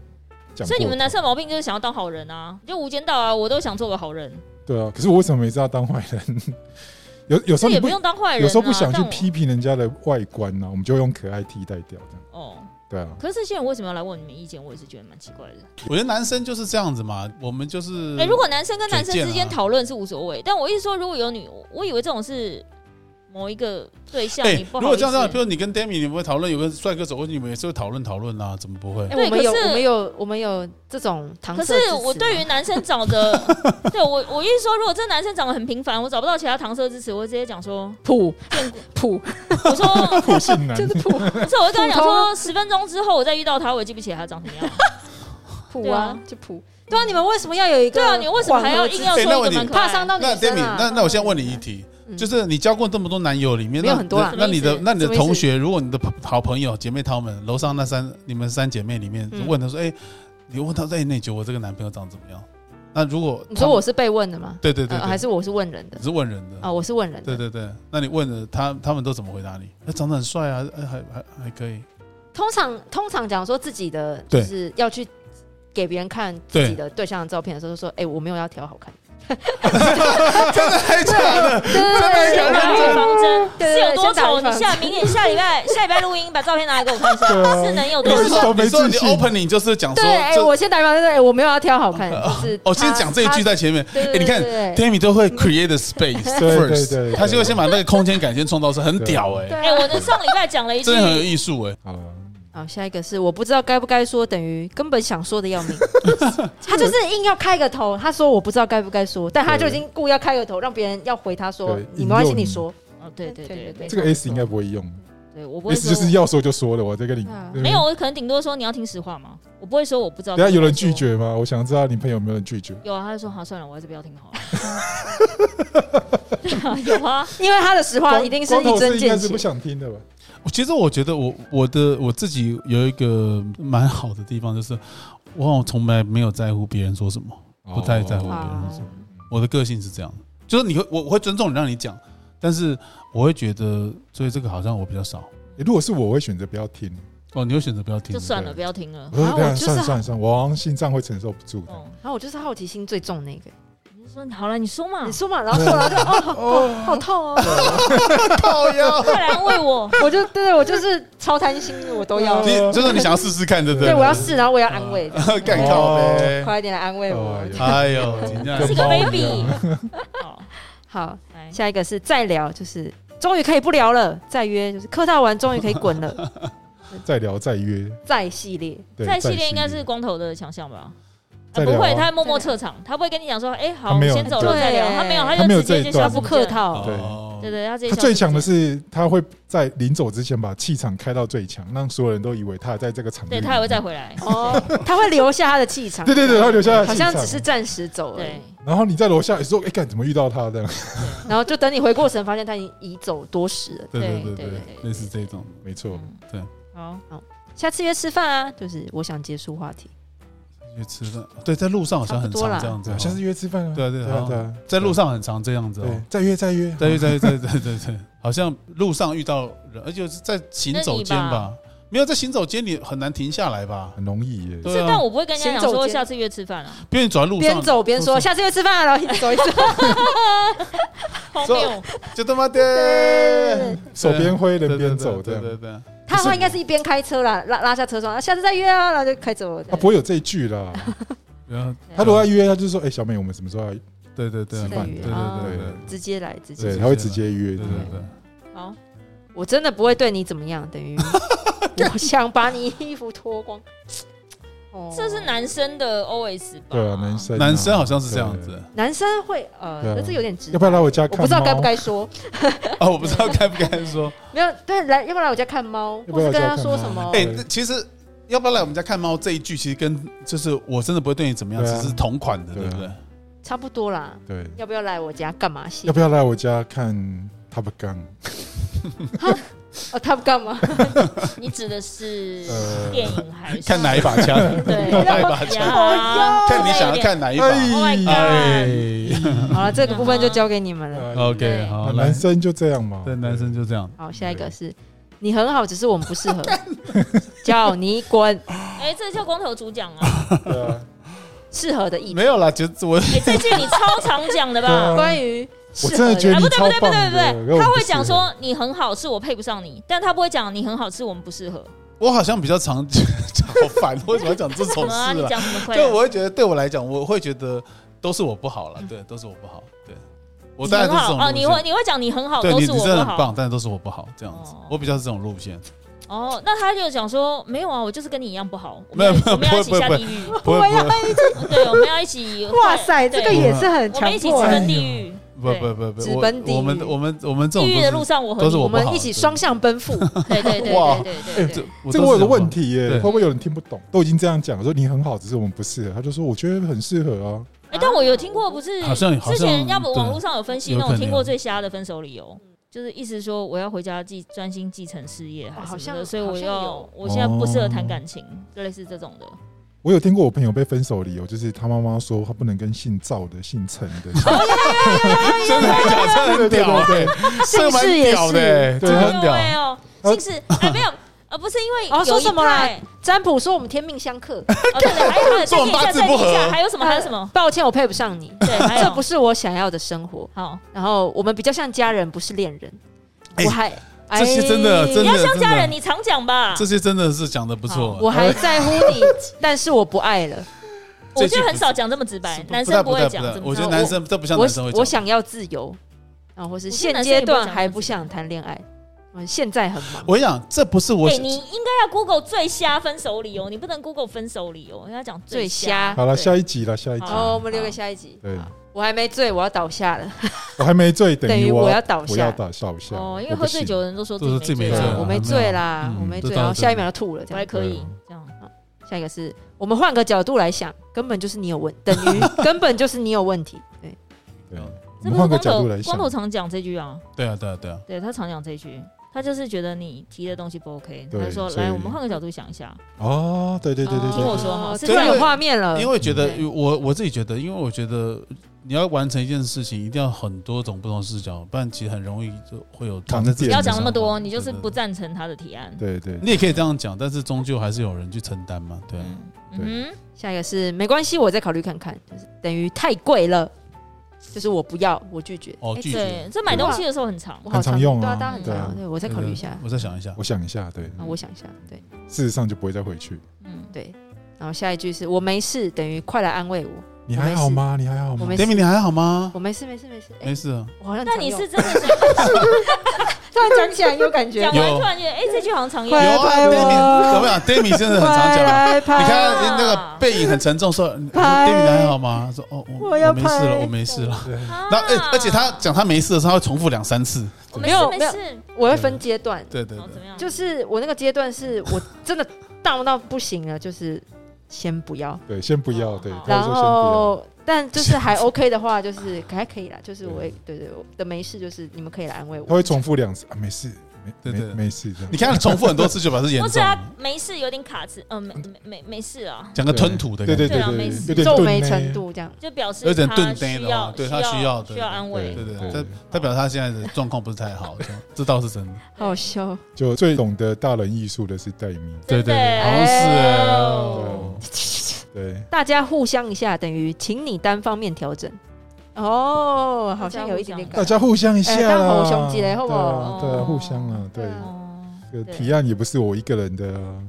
S1: 讲。
S3: 所以你们男生的毛病就是想要当好人啊，就无间道啊，我都想做个好人，
S1: 对啊，可是我为什么每次要当坏人？ [LAUGHS] 有有时
S3: 这
S1: 候你
S3: 也
S1: 不
S3: 不用当坏人、啊，
S1: 有时候不想去
S3: 但我
S1: 批评人家的外观啊呢、我们就用可爱替代掉这样。
S3: 哦。
S1: 对啊，
S3: 可是这些人为什么要来问你们意见？我也是觉得蛮奇怪的。
S2: 我觉得男生就是这样子嘛，我们就是
S3: 哎、如果男生跟男生之
S2: 嘴贱
S3: 间
S2: 啊
S3: 讨论是无所谓，但我一直说如果有女，我我以为这种是某一个对象，
S2: 哎
S3: 你不好
S2: 如果这样
S3: 意
S2: 这
S3: 思
S2: 样，比如你跟 Demi 你们会讨论，有个帅哥走过去，你们也是会讨论讨论啊，怎么不会？
S5: 哎
S3: 对
S5: 我们有
S3: 可是
S5: 我们有我们有这种搪
S3: 可
S5: 塞
S3: 是
S5: 之词吗
S3: 我对于男生长得， [LAUGHS] 对我我一直说，如果这男生长得很平凡，我找不到其他搪塞之词，我会直接讲说，
S5: 普普
S3: 我
S5: [LAUGHS]
S3: 说
S1: 普信男
S5: 就，是普
S3: 不是，我会跟他
S5: 普
S3: 讲
S5: 通
S3: 说，
S5: 啊
S3: 十分钟之后我再遇到他，我也记不起来他长什么样。
S5: 普
S3: 对
S5: 啊
S3: 啊，
S5: 就普。对啊，你们为什么要有一个？
S3: 对啊，你为什么还要硬要说
S2: 哎那
S3: 一
S2: 我
S3: 个
S2: 得
S3: 蛮可爱
S5: 怕伤到女
S2: 那
S5: 生
S2: Demi，
S5: 啊？
S2: 那那我现在问你一题，
S5: 嗯
S2: 就是你交过这么多男友里面，
S5: 没有
S2: 那
S5: 很多啊
S2: 那那你的
S3: 什么意思
S2: 那你的
S5: 什么意思
S2: 同学，如果你的朋好朋友姐妹她们楼上那三你们三姐妹里面
S5: 嗯
S2: 问她说，哎，你问她说，哎，那你觉得我这个男朋友长怎么样？那如果
S5: 你说我是被问的吗？
S2: 对对对，
S5: 呃
S2: 对
S5: 还是我是问人的
S2: 你？是问人的
S5: 啊，我是问人
S2: 对
S5: 的。
S2: 对对，那你问了他，他们都怎么回答你？那长得很帅啊，哎还还还可以。
S5: 通常通常讲说自己的，就
S2: 对
S5: 是要去给别人看自己的对象的照片的时候，就说：“哎，我没有要挑好看。啊
S2: 太假了，
S5: 对”对对
S3: 哎先打预防针，
S5: 对对
S3: 是有
S5: 对
S3: 多
S5: 先打
S3: 丑？
S5: 预防
S3: 你下明年下礼拜 [LAUGHS] 下礼拜录音，把照片拿来给我看一下，
S1: 对啊
S3: 是能有多
S1: 对
S2: [LAUGHS]
S1: 是
S2: 你
S3: 丑？
S1: 说
S2: 说
S1: 没
S2: 你说
S1: 自
S2: 你
S1: 信
S2: opening 就是讲说
S5: 对，哎，
S2: 这
S5: 我先打预防针，哎，我没有要挑好看，就是
S2: 哦，先
S5: 他
S2: 讲这一
S5: 他
S2: 句在前面。
S5: 对对
S2: 哎你看
S5: 对对对
S2: Tammy 都会 create the space
S1: [LAUGHS] 对啊对
S2: first，
S1: 对对
S2: 他就会先把那个空间感先创造出来，很
S1: 对
S2: 屌哎，
S5: 对
S3: 哎，
S5: 啊
S3: 我的上礼拜讲了一句
S2: 真，的很有艺术哎。
S1: 好了，
S5: 好，下一个是我不知道该不该说，等于根本想说
S1: [LAUGHS]
S5: 的要命。他就是硬要开个头，他说我不知道该不该说，但他就已经故意要开个头，让别人要回他说
S1: 对
S5: 你没关系，
S1: 引诱
S5: 你
S1: 你
S5: 说。
S3: 哦，对对
S5: 对
S3: 对对
S5: 对
S1: 这个 S 应该不会用
S3: 对我不会
S1: ，S
S3: 说
S1: 就是要说就说了，我这个你
S5: 对啊
S3: 没有，。我可能顶多说你要听实话嘛，我不会说我不知道。
S1: 等下有人拒，绝吗？我想知道你朋友有没有人拒绝。
S3: 有啊，他就说好算了，我还是不要听
S1: [LAUGHS]
S3: 好了。对啊，有啊，
S5: 因为他的实话
S1: 光
S5: 一定是
S1: 光
S5: 一
S1: 头是
S5: 针
S1: 应该
S5: 见
S1: 是
S5: 血
S1: 不。想听的吧？
S2: 其实我觉得我我的我自己有一个蛮好的地方，就是我好像从来没有在乎别人说什么，不
S1: 哦
S2: 太在乎别人说什么。我的个性是这样的，就是你会我我会尊重你，让你讲，但是我会觉得，所以这个好像我比较少。
S1: 诶如果是我，我会选择不要听。
S2: 哦，你会选择不要听，
S3: 就算了，
S1: 对
S3: 不要听了
S1: 我。说
S5: 啊
S1: 等下
S5: 我就是
S1: 算了
S5: 好
S1: 算了算了，我好像心脏会承受不住的。
S3: 嗯，
S5: 然后我就是好奇心最重那个，
S3: 你就说好了，你
S1: [LAUGHS]
S3: 说嘛
S5: 你，说嘛，然后说完就哦好哦，好痛哦，
S2: 靠腰。
S3: 快来安慰我。
S5: 我就对我就是超贪心，我都要，
S1: 对
S2: 你就是你想要试试看，对不
S5: 对我
S2: [LAUGHS]
S5: 要试，然后我也要
S1: [LAUGHS]
S5: 安慰，
S2: 干
S5: 哦
S2: 靠呗。
S5: 快一点来安慰我
S1: 哎。呀
S2: 哎呦，紧张
S1: 跟
S3: 是个
S1: 猫一
S3: baby
S1: 样
S3: 好，
S5: 好，
S3: 来，
S5: 下一个是再聊，就是终于可以不聊了，再约就是客套完终于可以滚了，
S1: [LAUGHS] 再聊再约，
S5: 再系列。
S1: 对，
S3: 在系
S1: 再
S3: 列应该
S1: 续
S3: 是光头的强项吧？
S1: 再
S3: 啊
S1: 聊啊
S3: 不会，他会默默撤场，他不会跟你讲说，哎，好，
S1: 他
S3: 我
S1: 没有
S3: 先走了
S5: 对
S3: 再聊。他没有，
S1: 他
S3: 他
S1: 没有
S3: 就
S1: 这
S3: 直
S1: 一
S3: 接就
S1: 段
S5: 他
S3: 消
S5: 不
S3: 失不
S5: 客
S3: 见，
S5: 套，
S2: 哦
S3: 对对，他直接
S1: 他
S3: 消失
S1: 最
S3: 不见
S1: 强的，是，他会在临走之前把气场开到最强，让所有人都以为他还在这个场域。
S3: 对他也会再。回来。
S5: 哦，他会留下他的气场，
S1: 对对对，他留下来的
S5: 好
S1: 气场
S5: 像只是暂时走而
S3: 对
S5: 已，，
S1: 然后你在楼下也说：“哎，干怎么遇到他
S2: [LAUGHS]
S1: 的
S5: 然后就等你回过神，发现他已经移走多时了。
S2: 对对对
S3: 对
S2: 对
S3: 对对，对
S2: 类似这种，？”
S1: 没错，
S3: 嗯
S2: 对，
S3: 好，
S5: 下次约吃饭啊，就是我想结束话题。
S2: 去吃饭。对，在路上好像很常这样子
S1: 对啊，，下次约吃饭啊。
S2: 对啊对啊
S1: 对啊，对啊，
S2: 在路上很常这样子。
S1: 对，再约再约。
S2: 对对对对对对，好像路上遇到人，而且是在行走间吧，没有在行走间你很难停下来吧？
S1: 很容易耶。
S3: 是
S2: 对，啊
S3: 但，我不会跟人家
S5: 行
S3: 讲
S5: 走
S3: 说
S5: 间
S3: 下次约吃饭啊，
S2: 因为你走在路
S5: 边
S2: 上，
S5: 走边说，
S2: 路上
S5: 下次约吃饭啊，然后一直走一直走。
S3: 荒
S2: 所以
S3: 谬。
S2: 就他妈的
S1: 手边挥，人
S2: 对对
S1: 边
S2: 对
S1: 走，这
S2: 对
S1: 样
S2: 对对，
S5: 他的话应该是一边开车啦，拉拉下车窗，啊下次再约啊，然后就开走了。
S1: 他不会有这一句
S2: [LAUGHS]
S1: 啦。
S2: 然后
S1: 他如果要约，他就说：“哎，小美，我们什么时候要
S2: 对对对，
S1: 吃
S2: 对
S1: 饭
S2: 对对
S5: 哦
S2: 对对
S5: 直接来，直？”接
S1: 对，
S5: 来。
S1: 他会直接约。
S2: 对
S1: 对
S2: 对对，
S3: 好，
S5: 我真的不会对你怎么样，
S1: [LAUGHS]
S5: 等于我想把你衣服脱光。哦
S3: 这是男生的 OS 吧？
S1: 对啊，男生啊
S2: 男生好像是这样子
S5: 男生会呃，
S1: 对啊
S5: 那这有点直白。
S1: 要不要来我家
S5: 我
S1: 看？
S5: 不知道该不。该说，
S2: 啊，我不知道该不该说。
S5: 没有对，来，要不要来我家看猫，
S1: 要
S5: 或
S1: 不要
S5: 是
S1: 来
S5: 跟
S1: 我
S5: 他
S1: 家看
S5: 说
S1: 猫
S5: 什么？
S2: 哎，那其实要不要来我们家看猫这一句，其实跟就是我真的不会对你怎么样，
S1: 对啊
S2: 只是同款的，
S1: 对
S2: 对
S1: 啊
S2: 不对？
S5: 差不多啦，
S1: 对，
S5: 要不要来我家干嘛戏？
S1: 要不要来我家看他不刚？
S5: 哦，他不干嘛？
S2: [LAUGHS]
S3: 你指的是
S1: [LAUGHS] 呃
S3: 电影还是
S2: 看哪一把枪，
S3: 对
S2: 哪一把枪，
S3: 呀？
S2: 看你想要看哪一把。
S3: Oh my god
S2: 哎
S5: 好了，这个部分就交给你们了。
S2: ，OK，
S3: 对
S2: 好，来
S1: 男，生就这样嘛。
S2: 对，男生就这样。
S5: 好，下一个是你很好，只是我们不适
S2: [LAUGHS]
S5: 合，叫你滚。
S3: 哎，这叫光头主讲啊！
S1: 对啊，
S5: 适合的意
S2: 没有啦，其实我
S3: 哎，这句你超常讲的
S1: 对
S3: 吧
S2: 嗯
S1: 啊？
S5: 关于
S1: 我
S5: 适
S1: 真
S5: 合
S1: 的觉
S5: 的
S1: 得
S3: 啊，
S1: 你
S3: 不对不
S1: 超
S3: 对不
S1: 棒
S3: 对不
S1: 的。
S3: 对，
S1: 跟我
S3: 他
S1: 不
S3: 会
S1: 适
S3: 讲
S1: 合
S3: 说你很好，是我配不上你，但他不会讲你很好，是我们不适合。
S2: 我好像比较常讲，好烦，为什么要讲这
S3: 什
S2: 种
S3: 么啊？
S2: 事
S3: 你
S2: 啦？
S3: 讲什么快
S2: 哦就
S3: 乐？
S2: 我会觉得，对我来讲，我会觉得都是我不好了，对，都是我不好，对，我
S3: 你
S2: 当然
S3: 很
S2: 都是这
S3: 好
S2: 种
S3: 哦，
S2: 路
S3: 你
S2: 线
S3: 会。你会讲你很好，
S2: 对
S3: 都
S2: 你，
S3: 是
S2: 你
S3: 我
S2: 真的
S3: 不
S2: 很
S3: 好。
S2: 棒，但是都是我不好，这样子
S3: 哦，
S2: 我比较是这种路线，
S3: 哦，那他就讲说没有啊，我就是跟你一样不好，我
S2: 没有
S3: 们
S2: 没有
S3: 我们要一起
S2: 不会
S3: 下
S2: 不会
S3: 地狱。
S2: 不会
S5: 我要
S2: 不会
S3: 对，我们要一起。
S5: 哇塞，
S3: 对
S5: 这个也是很强
S3: 我们一起直
S5: 迫欸。
S3: 奔地狱。
S2: 不不不不，
S5: 直
S2: 我
S5: 奔地狱
S2: 我们我们我们这种
S3: 地狱的路
S2: 都是
S3: 上我和
S2: 都是
S3: 你
S2: 我
S5: 我
S2: 不好
S5: 们一起双向奔赴，
S3: 对对对
S2: 哇
S3: 对对对
S2: 这
S3: 对对。
S2: 我
S1: 这个
S2: 都是
S1: 我有个
S2: 这种
S1: 问题耶、
S2: 对
S1: 会不会有人听不懂？都已经这样讲了，说你很好，只是我们不适合。啊他就说我觉得很适合啊，
S3: 哎，但我有听过，不是
S2: 好像好像
S3: 之前要不
S2: 对
S3: 网络上有分析
S2: 有
S3: 那
S2: 可能
S3: 种听过最瞎的分手理由。就是意思说，我要回家继专心继承事业，
S5: 哦
S3: 还
S5: 好
S3: 是什
S5: 像
S3: 么的，所以
S5: 好
S3: 我
S5: 像
S3: 要
S5: 有
S3: 我现在不适合
S2: 哦
S3: 谈感情，就类似这种的。
S1: 我有听过我朋友被分手的理由，就是他妈妈说他不能跟姓赵的、姓陈的，
S2: 真的假的，很
S1: 对对对
S2: 屌，
S1: 对，
S2: 这个蛮
S5: 姓氏也
S2: 屌的，
S1: 对
S2: 真的啊很
S3: 有欸没
S2: 屌，
S3: 有？
S1: 呃
S3: 姓氏哎，没有，呃，不是因为
S5: 哦说
S3: 有一
S5: 什么啦
S3: 派
S5: 占卜说我们天命相克，
S3: 哦，对对，还有还有，
S2: 说我们八字
S3: 再听
S2: 不
S3: 一下
S2: 合
S3: 再听一下还有什么？还有
S2: [LAUGHS]
S3: 什么？
S5: [LAUGHS] 抱歉，我配不上你，
S3: 对，还
S2: 哎
S3: 有
S5: 这不是我想要的生活。
S3: 好，
S5: 然后我们比较像家人，不是恋人。
S2: 哎
S5: 我还
S2: 这些真的
S5: 哎
S2: 真
S3: 你
S2: 的
S3: 要像家
S2: 真的
S3: 人，你常讲吧
S2: [LAUGHS] 这。些真的是讲的不
S5: 我
S2: 错，
S5: 还在乎
S2: [LAUGHS]
S5: 你，但是我不爱了。
S3: 我
S2: 这
S3: 觉
S2: 句
S3: 得很
S2: 不
S3: 少讲这么直白
S2: 是，不
S3: 男
S2: 太
S3: 生
S2: 不
S3: 会
S2: 太
S3: 讲
S2: 不太
S3: 这么
S2: 我
S3: 直
S2: 觉
S3: 白。
S2: 得男生这不像
S5: 我
S2: 男生会
S5: 我
S2: 讲，
S5: 想要自由，啊，或是
S3: 我觉得
S5: 现
S3: 男生
S5: 阶
S3: 也不会
S5: 段
S3: 讲
S5: 还
S3: 自
S5: 不
S3: 己
S5: 想谈恋爱，嗯，现在很忙。
S2: 我跟你讲，这不是我
S3: 哎、
S2: 想
S3: 你应该要 Google 最瞎分手理由，你不能 Google 分手理由，人家讲
S5: 最
S3: 瞎
S5: 瞎。
S1: 好了，
S5: 对
S1: 下一集了，下一集。
S3: 好
S5: 哦，我们留给下一集。
S1: 对
S5: 好，我还没醉，我要倒下了。
S1: 我还没醉，等
S5: [LAUGHS] 等于
S1: 于
S5: 我
S1: 我
S5: 要倒
S1: 我
S5: 下
S1: 要打笑一下。
S3: 哦，因
S1: 我
S3: 为
S1: 不
S3: 喝醉
S1: 信
S3: 酒的人都说
S2: 都是
S3: 自己
S2: 自己没
S3: 醉
S2: 醉
S3: 啊，
S2: 啊
S5: 我没醉啦
S2: 嗯，
S5: 我没
S2: 这
S5: 醉，
S2: 倒
S5: 然后
S2: 是
S5: 下一秒就吐了。这样
S3: 我还可以
S1: 对
S3: 这样。
S5: 下一个是我们换个角度来想，根本就是你有问，等于根本就是你有问题。对，
S1: 对，我
S3: 这
S1: 们
S3: 不是
S1: 换个
S3: 光
S1: 角度来
S3: 头
S1: 想
S3: 光，头常讲这句啊，
S2: 对啊对啊对啊，
S3: 对他常讲这句，他就是觉得你提的东西不 OK，他
S1: 对
S3: 就说
S1: 所以
S3: 来我们换个角度想一下，
S1: 哦，对对对对
S3: 听我
S1: 对，
S3: 说哈，
S5: 哦
S3: 是
S5: 突然
S2: 因为
S5: 有画面了
S2: 因。为觉得
S3: 对
S2: 我我自己觉得，因为我觉得你要完成一件事情，一定要很多种不同视角，不然其实很容易就会有
S1: 扛
S2: 在自己
S1: 不电
S3: 不要
S2: 身
S3: 讲
S2: 上
S3: 那么
S5: 嗯
S3: 多，你就
S2: 对
S3: 是
S2: 对
S3: 不赞成他的提案。
S1: 对对，
S2: 你也可以这样讲，但是终究还是有人去承担嘛，对啊。
S3: 嗯
S5: 下一个是没关系，我再考虑看看，就是等于太贵了，就是我不要，我拒绝。
S2: 哦
S3: 哼，，哎，
S2: 拒绝
S3: 对，这买东西的时候很长
S5: 我，
S1: 很
S5: 好
S1: 常用啊
S5: 对啊，大家很常
S1: 对啊
S5: 用。对，我再考虑一下
S2: 对对。我嗯再想一下
S1: 我。想一下，对，
S5: 啊，我想一下，对
S1: 事实上就不会再回去。
S3: 嗯，
S5: 对。然后下一句是我没事，等于快来安慰我。
S1: 你还好吗？你还好
S5: 我
S1: 吗
S5: 没？事
S2: 杰，米，你还好吗
S5: 我？没事，没事，没事。哎，
S2: 没事啊，
S5: 我好像
S3: 那
S5: 常
S3: 你
S5: 用
S3: 是真的是
S5: 突然讲起来有感觉
S3: 讲，完
S2: 有
S3: 突然觉得，哎，这句好像常用
S2: 有
S5: 快。
S2: 啊
S5: 拍我哦
S2: ，Demi，怎么样？Demi 真的很常
S5: 快
S2: 讲啊。
S5: 来
S2: 你
S5: 拍，
S2: 看他那个背影很沉重，说嗯
S5: 拍
S2: “Demi 你还好吗？”他说：“哦，我
S5: 我要
S2: 没事
S5: 拍
S2: 了，我没事了。
S1: 对，
S3: 啊”
S2: 然后，哎，而且他讲他没事的时候，他会重复两三次。
S3: 我没
S5: 没有
S3: 事没
S5: 没有
S3: 事，
S5: [LAUGHS] 我会分阶段，
S2: 对对
S3: 哦怎
S2: 对，
S3: 么样？
S5: 就是我那个阶段是我真的到到不行了，就是先不要，
S1: 对，先不要，对，他
S5: 然
S1: 会说先不要。
S5: 后但就是还 OK 的话，就是还可以啦，就是我会对对我的没事，就是你们可以来安慰
S1: 他
S5: 我。
S1: 会重复两次啊，没事，没
S2: 对对
S1: 没没事这样
S2: 你。看他重复很多次就表示严
S3: 不是
S2: 重
S3: 啊
S2: 了，，
S3: 没事，有点卡词，嗯，没没没没事啊，
S2: 讲个吞吐的
S1: 对对
S2: 感觉。
S1: 对
S3: 对啊
S1: 对，
S3: 没
S1: 对
S3: 事
S1: 有点
S5: 皱
S1: 钝
S5: 眉
S1: 呢
S5: 程度这样，
S3: 就表示
S2: 有点
S3: 他
S2: 钝呆
S3: 需
S2: 的话
S3: 要，
S2: 对他需
S3: 需
S2: 要
S3: 要
S2: 对
S3: 需要安慰，
S2: 对对
S1: 对
S2: 对，他他表示他现在的状况不是太好，这样这倒是真的。
S5: 好笑。
S1: 就最懂得大人艺术的是戴咪，
S2: 对
S3: 真的
S2: 对对，
S3: 耶
S2: 好像是哎
S3: 哦
S1: 对
S5: 大家互相一下，等于请你单方面调整。哦，好像有一点点
S1: 大
S5: 感觉。
S1: 家互相一下
S5: 哎
S1: 啦，
S5: 当猴熊之类好不
S1: 对
S5: 好
S1: 啊，对啊，
S3: 哦
S1: 互相啊，对
S5: 对啊
S3: 哦
S1: 这个
S3: 对
S1: 提案也不是我一个人的啊，
S4: 嗯，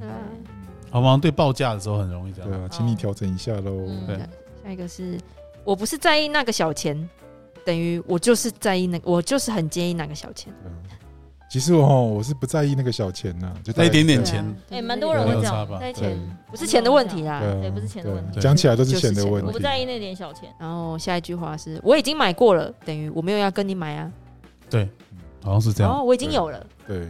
S2: 好像对报价的时候很容易这
S1: 对
S2: 样。
S1: 啊，请你调整一下喽。
S3: 嗯
S2: 对
S5: 下一个是我不是在意那个小钱，等于我就是在意那个，我就是很介意那个小钱。
S1: 嗯其实我哦我是不在意那个小钱呐，就大
S2: 那
S1: 概
S2: 一点点
S5: 对啊
S2: 钱，
S3: 哎，蛮多人
S2: 没
S3: 会
S2: 有
S3: 这
S2: 差
S3: 样
S2: 吧，
S3: 在
S1: 对
S3: 钱
S5: 不是钱的问题啦。
S1: 对啊
S3: 对不是钱的问题
S1: 对讲起来都是
S5: 就是
S1: 钱的
S5: 钱
S1: 问
S5: 对
S1: 题。
S3: 啊我不在意那点小钱，
S5: 然后下一句话是我已经买过了，等于我没有要跟你买啊。
S2: 好像是这
S5: 然
S2: 样。
S5: 后我已经有了，
S1: 对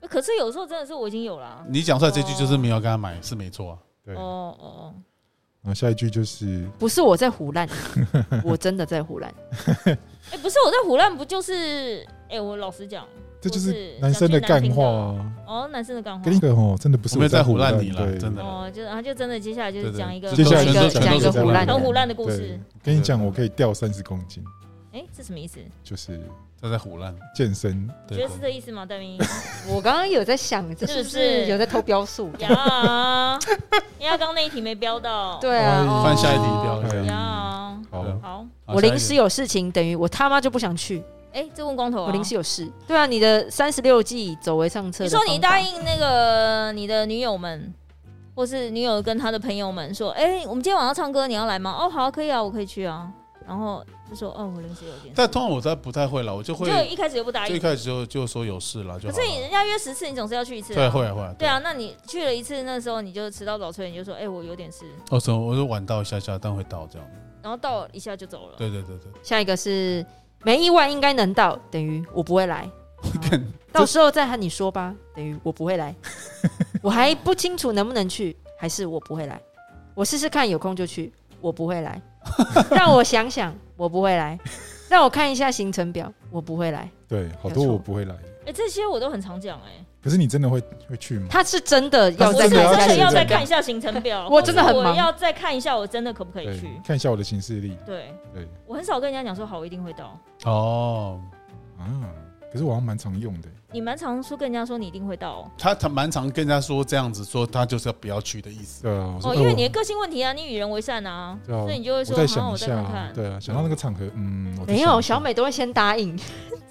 S3: 呃可是有时候真的是我已经有了啊。
S2: 你讲出来这句就是没有跟他买是没错啊，
S1: 对，然
S3: 哦哦
S1: 后下一句就是
S5: 不是我在
S2: [LAUGHS]
S5: 胡乱，我真的在胡乱。
S3: 哦，哎，不是我在胡乱，不就是？哎，我老实讲，
S1: 这就
S3: 或
S1: 是
S3: 是
S1: 男生的干话
S3: 讲
S1: 啊！
S3: 哦，男生的干话
S1: 跟，你讲哦，真的不是
S2: 我没有在
S1: 胡
S2: 胡
S1: 乱
S2: 乱你了，
S1: 对
S2: 真的啦。
S3: 哦，就然后就真的接下来就是
S2: 对对
S3: 讲一个
S1: 接下来
S2: 全
S1: 就
S2: 都
S1: 是
S2: 全都是
S5: 讲一个
S2: 胡
S5: 胡
S2: 乱
S5: 乱
S1: 的
S5: 的
S3: 很胡乱的故事
S1: 对。，跟你讲，我可以掉三十公斤，
S3: 哎，这什么意思？
S1: 就是
S2: 他在胡乱，
S1: 健身。
S3: 觉
S2: 对
S3: 得是这意思吗？戴明 [LAUGHS]
S5: 我刚刚有在想，这
S3: 是
S5: 是
S3: 不
S5: 不
S3: 是
S5: 是有在偷标速？
S3: 呀，呀，刚那一题没标到，
S5: 对啊，
S2: 哎
S5: 哦
S2: 翻下一题标一
S1: 哎
S2: 下。
S3: 呀，
S1: 好，
S2: 对啊
S3: 好，
S2: 好下
S5: 我
S2: 一个
S5: 临时有事情，等于我他妈就不想去。
S3: 哎，这问光头啊，
S5: 我临时有事。对啊，你的三十六计走为上策。
S3: 你说你答，应那个你的女友们，或是女友跟她的朋友们说，哎、我们今天晚上唱歌，你要来吗？哦，好啊、可以啊，我可以去啊。然后就说，哦，我临时有点事，
S2: 但通常我在不太会了，我就会
S3: 就一开始就不答
S2: 就一
S3: 应。
S2: 开始就就说有事了，就
S3: 可
S2: 好
S3: 是你
S2: 了
S3: 人家约十次，你总是要去一次、
S2: 对会啊会啊
S3: 对啊，那你去了一次，那时候你就迟到早退，你就说，哎、我有点事，
S2: 哦，什么我就晚到一下下，但会到这样。
S3: 然后到一下就走了。
S2: 对对对对，
S5: 下一个是没意外应该能到，等于我不会
S3: [LAUGHS]
S5: 来。哦
S2: 看
S5: 到时候再和你说吧，等于我不会来。 [LAUGHS] 我还不清楚能不能去，还是我不会来。我试试看，有空就去。我不会
S3: [LAUGHS]
S5: 来，让我想想，我不会来。让我看一下行程表，我不会来。
S1: 对，好多
S5: 没错
S1: 我不会来，
S3: 哎、这些我都很常讲、哎。
S1: 可是你真的会会去吗？
S5: 他是真的要
S3: 我
S5: 再
S3: 是
S1: 真
S5: 看
S1: 的
S5: 一下
S3: 真的
S5: 行
S3: 要
S5: 程
S3: 再
S5: 表
S3: 看一下行程表，
S5: 我真的很忙
S3: 或者我要再看一下，我真的可不可以
S1: 对
S3: 去？，
S1: 看一下我的行事历。
S3: 对
S1: 对
S3: 我很少跟人家讲说好，我一定会到。
S2: 哦，
S1: 啊，可是我好像蛮常用的。
S3: 你蛮常说跟人家说你一定会到、哦，
S2: 他他蛮常跟人家说这样子，说他就是要不要去的意思。
S1: 对啊，我说
S3: 哦，
S1: 哎
S3: 因为
S1: 我
S3: 你的个性问题啊，你与人为善啊，
S1: 对啊
S3: 所以你就会
S1: 我
S3: 说，
S1: 再
S3: 好，
S1: 想一
S3: 我再
S1: 下
S3: 看
S1: 啊，
S3: 看，
S1: 对啊，想到那个场合，嗯，我再
S5: 没
S1: 想
S5: 有，
S1: 一下
S5: 小美都会先答应，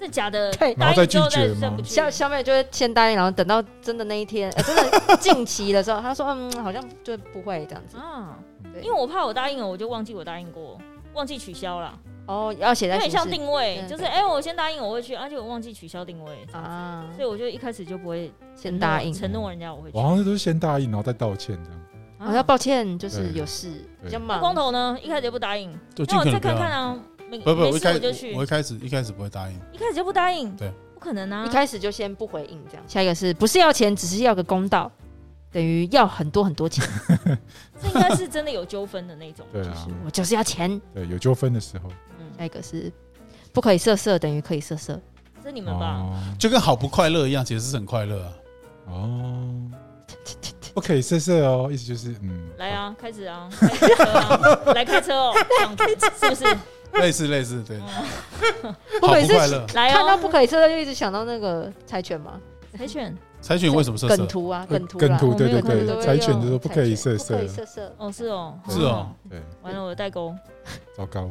S3: 这假的，
S5: 对
S1: 然
S3: 答
S1: 后再
S3: 应之后
S1: 拒绝
S3: 再再
S1: 吗
S3: 不去，
S5: 小小美就会先答应，然后等到真的那一天，呃、真的近期的时候，她说嗯，好像就不会这样子。
S3: 啊，
S5: 对
S3: 因为我怕我答应了，我就忘记我答应过，忘记取消了，
S5: 哦，要写
S3: 有
S5: 在
S3: 点像
S5: 行事
S3: 定位，
S5: 对
S3: 就是
S5: 对
S3: 哎，我先答应我会去，而且我忘记取消定位，
S5: 啊，
S3: 所以我就一开始就不会
S5: 先答应。
S3: 承诺人家我会去
S1: 我。好像都是先答应，然后再道歉这样。
S5: 我哦要
S3: 啊
S5: 抱歉，就是
S1: 对
S5: 有事
S1: 对，
S5: 比较忙。
S3: 光头呢，一开始就不答应，
S2: 就尽可
S3: 那我再
S2: 能不
S3: 看看
S2: 要。
S3: 啊，没
S2: 不不，我
S3: 没
S2: 一
S3: 事
S2: 开
S3: 我就
S2: 始
S3: 去
S2: 我一，开始一开始不会答应。
S3: 一开始就不答应，
S2: 对，
S3: 不可能啊
S5: 一，开始就先不回应，这样。下一个是不是要钱，只是要个公道，等于要很多很多钱。
S3: 这应该是真的有纠纷的那种嗯
S1: 对啊
S3: 就是
S5: 我就是要钱。
S1: 对，有纠纷的时候，
S5: 下一个是不可以色色，等于可以色
S1: [LAUGHS]
S5: 色。
S3: 这你们吧，
S1: 哦
S2: 就跟好不快乐一样，其实是很快
S3: [LAUGHS]
S2: 乐啊。
S1: 哦，不可以色色哦，意思就是嗯，
S3: 来啊，开始啊，开车啊来开车
S5: [LAUGHS]
S3: 哦，这样子是不是？
S2: 类似类似，对，
S3: 嗯
S5: 不
S2: 好
S5: 可以
S2: 不快
S5: 色，
S2: 乐。
S3: 来
S5: 看到不
S3: 哦，
S5: 可以色色就一直想到那个柴犬嘛，
S3: 柴犬，
S2: 柴犬为什么色
S5: 梗
S2: 色？
S5: 图啊，
S1: 呃，
S5: 梗图啦，
S1: 梗
S3: 我
S1: 图，
S3: 们
S1: 对
S3: 有
S1: 对
S3: 看
S1: 对，
S3: 到
S1: 柴
S5: 柴
S1: 犬
S5: 犬
S1: 就说不可以色色
S5: 不可，以色色。
S3: 哦是哦，
S2: 是哦，
S1: 对，
S3: 完了我的代沟，
S1: 糟糕，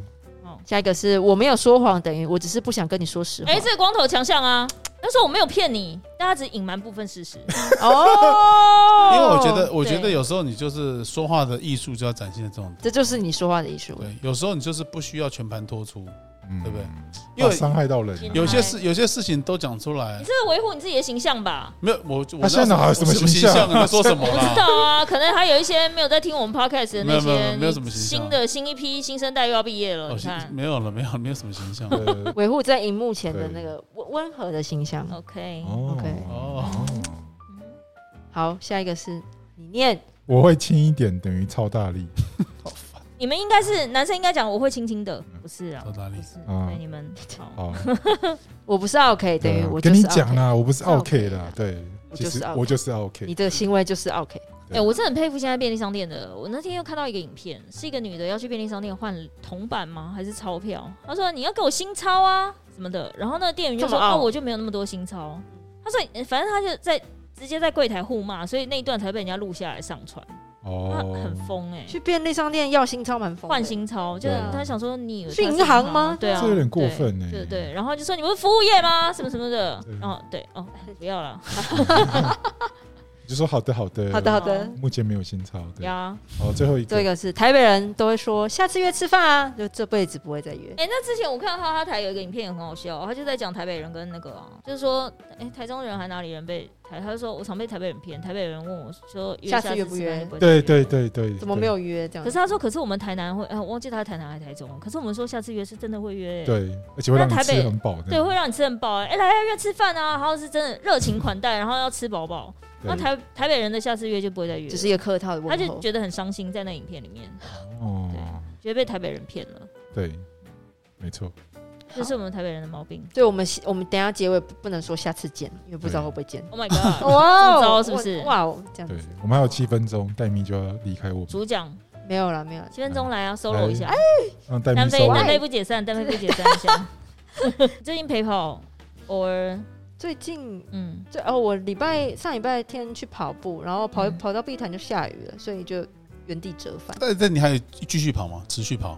S5: 下一个是我没有说谎，等于我只是不想跟你说实话。
S3: 哎，这个光头强项啊，但是我没有骗你，大家只隐瞒部分事
S2: [LAUGHS]
S3: 实，
S2: 哎
S5: [LAUGHS] 哦
S2: 因为我觉得，我
S3: 对
S2: 觉得有时候你就是说话的艺术就要展现这种。
S5: 这就是你说话的艺术。
S2: 对，有时候你就是不需要全盘托出，
S1: 嗯，
S2: 对不对？因
S1: 因为
S2: 为
S1: 伤害到人啊，
S2: 有些
S3: 哎
S2: 事有些事情都讲出来
S3: 你，这是维护你自己的形象吧？
S2: 没有我我
S1: 他现在哪有
S2: 我
S1: 什么
S2: 我
S1: 形
S2: 形
S1: 象
S2: 象？你在说什么
S3: 我不知
S2: 啦？哦
S3: 道啊，可能还有一些没有在听我们 podcast 的那
S2: 没有没
S3: 些
S2: 有没有什么形象
S3: 新的新一批新生代又要毕业了，
S2: 哦
S3: 你看
S2: 没有了，没有了没有什么形象。
S1: 呃
S5: 维护在荧幕前的那个温温和的形象。
S3: ，OK，嗯
S1: 哦
S5: OK
S2: 哦，
S5: 好，下一个是你念
S1: 我会轻一点等于超大力
S3: 你们应该是男生应该讲我会轻轻的，不是啊
S2: 到，哪里嗯哦
S3: 不？是，
S1: 啊
S3: 所以你们好。
S1: 啊，
S5: 我不是 OK，等于
S1: 啊
S5: 我就
S1: 跟
S5: 是
S1: 你
S5: OK
S1: 讲，啦，我不是
S5: 是
S1: OK
S5: OK
S1: 啦
S5: 的，
S1: 对，
S5: 我
S1: 其
S5: 就是
S1: 实
S5: OK
S1: 我就是 OK，
S5: 你的行为就是 OK。
S3: 哎、我真的很佩服现在便利商店的。我那天又看到一个影片，是一个女的要去便利商店换铜板吗？还是钞票？她说你要给我新钞啊什么的。然后那个店员就
S5: 这
S3: 说
S5: 么傲
S3: 哦，我就没有那么多新钞。她说呃反正她就在直接在柜台互骂，所以那一段才被人家录下来上传。他
S1: 哦，
S3: 很疯哎，
S5: 去便利商店要新钞蛮疯的，
S3: 换新钞，就
S1: 对
S3: 是
S1: 啊
S3: 他想说你以为
S5: 是
S3: 他
S5: 银行吗
S3: 对啊，
S1: 这有点过分欸
S3: 对对对，然后就说你们是服务业吗？什么什么的
S1: 对，
S3: 哦对哦，哎不要了
S1: 你就说好的好的
S5: 好的好的。
S1: 目前没有新钞，对，
S3: 呀。
S1: 好，最后一
S5: 最后一
S1: 个，
S5: 个是台北人都会说下次约吃饭啊，就这辈子不会再约。
S3: 哎，那之前我看到哈哈台有一个影片也很好笑，他就在讲台北人跟那个啊，就是说，哎，台中人还哪里人被台，他就说我常被台北人骗，台北人问我说约
S5: 下次约
S3: 约
S5: 不约
S1: 对对。对对，
S5: 怎么没有约这样
S3: 可？是他说，可是我们台南会，哎，我忘记他是台南还是台中了。可是我们说下次约是真的会约，哎
S1: 对？对，而且会让你
S3: 那台北
S1: 吃很饱的，
S3: 对，会让你吃很饱。哎，哎来来约吃饭啊，然后是真的热情款待，然后要吃饱饱。
S1: 对
S3: 那台台北人的下次约就不会再约了，
S5: 只是一个客套的
S3: 他
S5: 问
S3: 就
S5: 候。
S3: 觉得很伤心，在那影片里面，
S1: 哦，
S3: 觉得被台北人骗了，
S1: 对，没错，
S3: 这是我们台北人的毛病。
S5: 对我们我们等一下结尾不不能说下次见，因为不知道会不会见。 [LAUGHS]
S3: Oh my god！
S5: 哇
S3: 这么糟是不是
S5: 哇哦，这样
S1: 对
S5: 子
S1: 我们还有七分钟，戴咪就要离开我们，
S3: 主讲
S5: 没有了，没有了。
S3: 七分钟来啊，solo 一下。哎，
S1: 让戴
S3: 单
S1: 咪
S3: 飞
S1: 收
S3: 单
S1: 尾。
S3: 飞不解散，单飞不解散一下。最近 PayPal or
S5: 最近
S3: 嗯，
S5: 最哦，我礼拜上礼拜天去跑步，然后跑
S3: 嗯
S5: 跑到碧潭就下雨了，所以就原地折返。
S2: 但但你还有继续跑吗？持续跑？
S3: 哦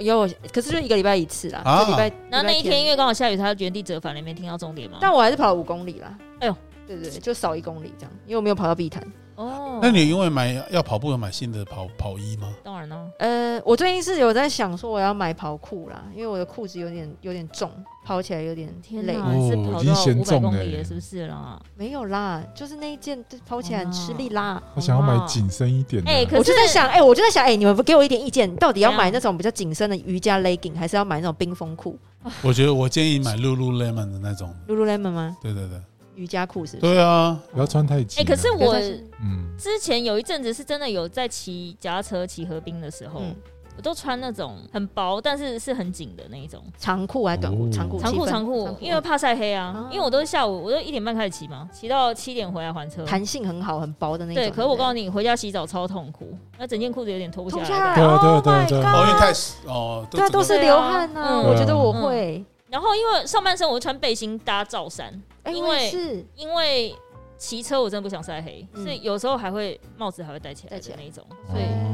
S5: 有，可是就一个礼拜一次啦，
S2: 啊
S5: 就礼拜。
S3: 然后那一
S5: 礼拜
S3: 天因为刚好下雨，他原地折返了，你没听到重点吗？
S5: 但我还是跑了五公里啦。
S3: 哎呦，
S5: 对对，对就少一公里这样，因为我没有跑到碧潭。
S3: 哦，
S2: 那你因为买要跑步有买新的跑跑衣吗？
S3: 当然啊呢，
S5: 呃，我最近是有在想说我要买跑裤啦，因为我的裤子有点有点重，跑起来有点
S3: 天
S5: 累
S3: 哪。
S1: 哦，
S3: 是
S1: 已
S3: 跑
S1: 经
S3: 到
S1: 嫌
S3: 五百
S1: 重
S3: 公
S1: 了
S3: 里
S1: 耶
S3: 了，是不啊是啦？
S5: 没有啦，就是那一件就跑起来很吃力啦。
S1: 我想要买紧身一点的，
S3: 哦哎可是
S5: 我就在想，哎、我就在想，哎、你们不给我一点意见，到底要
S3: 怎样
S5: 买那种比较紧身的瑜伽 legging，还是要买那种冰风裤
S2: 我觉得我建议买 Lululemon 的那种。
S5: ？Lululemon 吗？
S2: 对对对，
S5: 瑜伽裤是不是？
S2: 对啊，
S1: 不要穿太紧啊。
S3: 哎，可是
S5: 不要
S3: 我
S5: 再是
S1: 嗯，
S3: 之前有一阵子是真的有在骑脚踏车骑河滨的
S2: 哦
S3: 时候，
S5: 嗯
S3: 我都穿那种很薄，但是是很紧的那一种
S5: 长裤还是短裤？
S1: 哦
S5: 长裤，
S3: 长
S5: 气
S3: 裤，
S5: 氛
S3: 长裤，因为怕晒黑啊
S5: 啊。
S3: 因为我都是下午，我都一点半开始骑嘛，骑到七点回来还车。
S5: 弹性很好，很薄的那种。
S3: 对，可是我告诉
S5: 你，
S3: 你，回家洗澡超痛苦，那整件裤子有点脱不
S5: 脱
S3: 下
S5: 不
S3: 来。
S5: 下来，
S1: 对啊对啊
S5: Oh
S1: 对啊
S5: my
S1: 对啊
S5: God
S2: 哦，因为太哦，
S5: 对
S2: 这
S5: 啊，
S2: 个
S5: 都是流汗呐、
S3: 嗯
S5: 我觉得我会，
S3: 然后因为上半身我会穿背心搭罩衫，
S5: 哎、
S3: 因
S5: 我也
S3: 为
S5: 是
S3: 因为骑车我真的不想晒黑，
S5: 嗯
S3: 所以有时候还会帽子还会戴起来
S5: 戴起
S3: 的
S5: 来
S3: 那一种。所以
S1: 哦，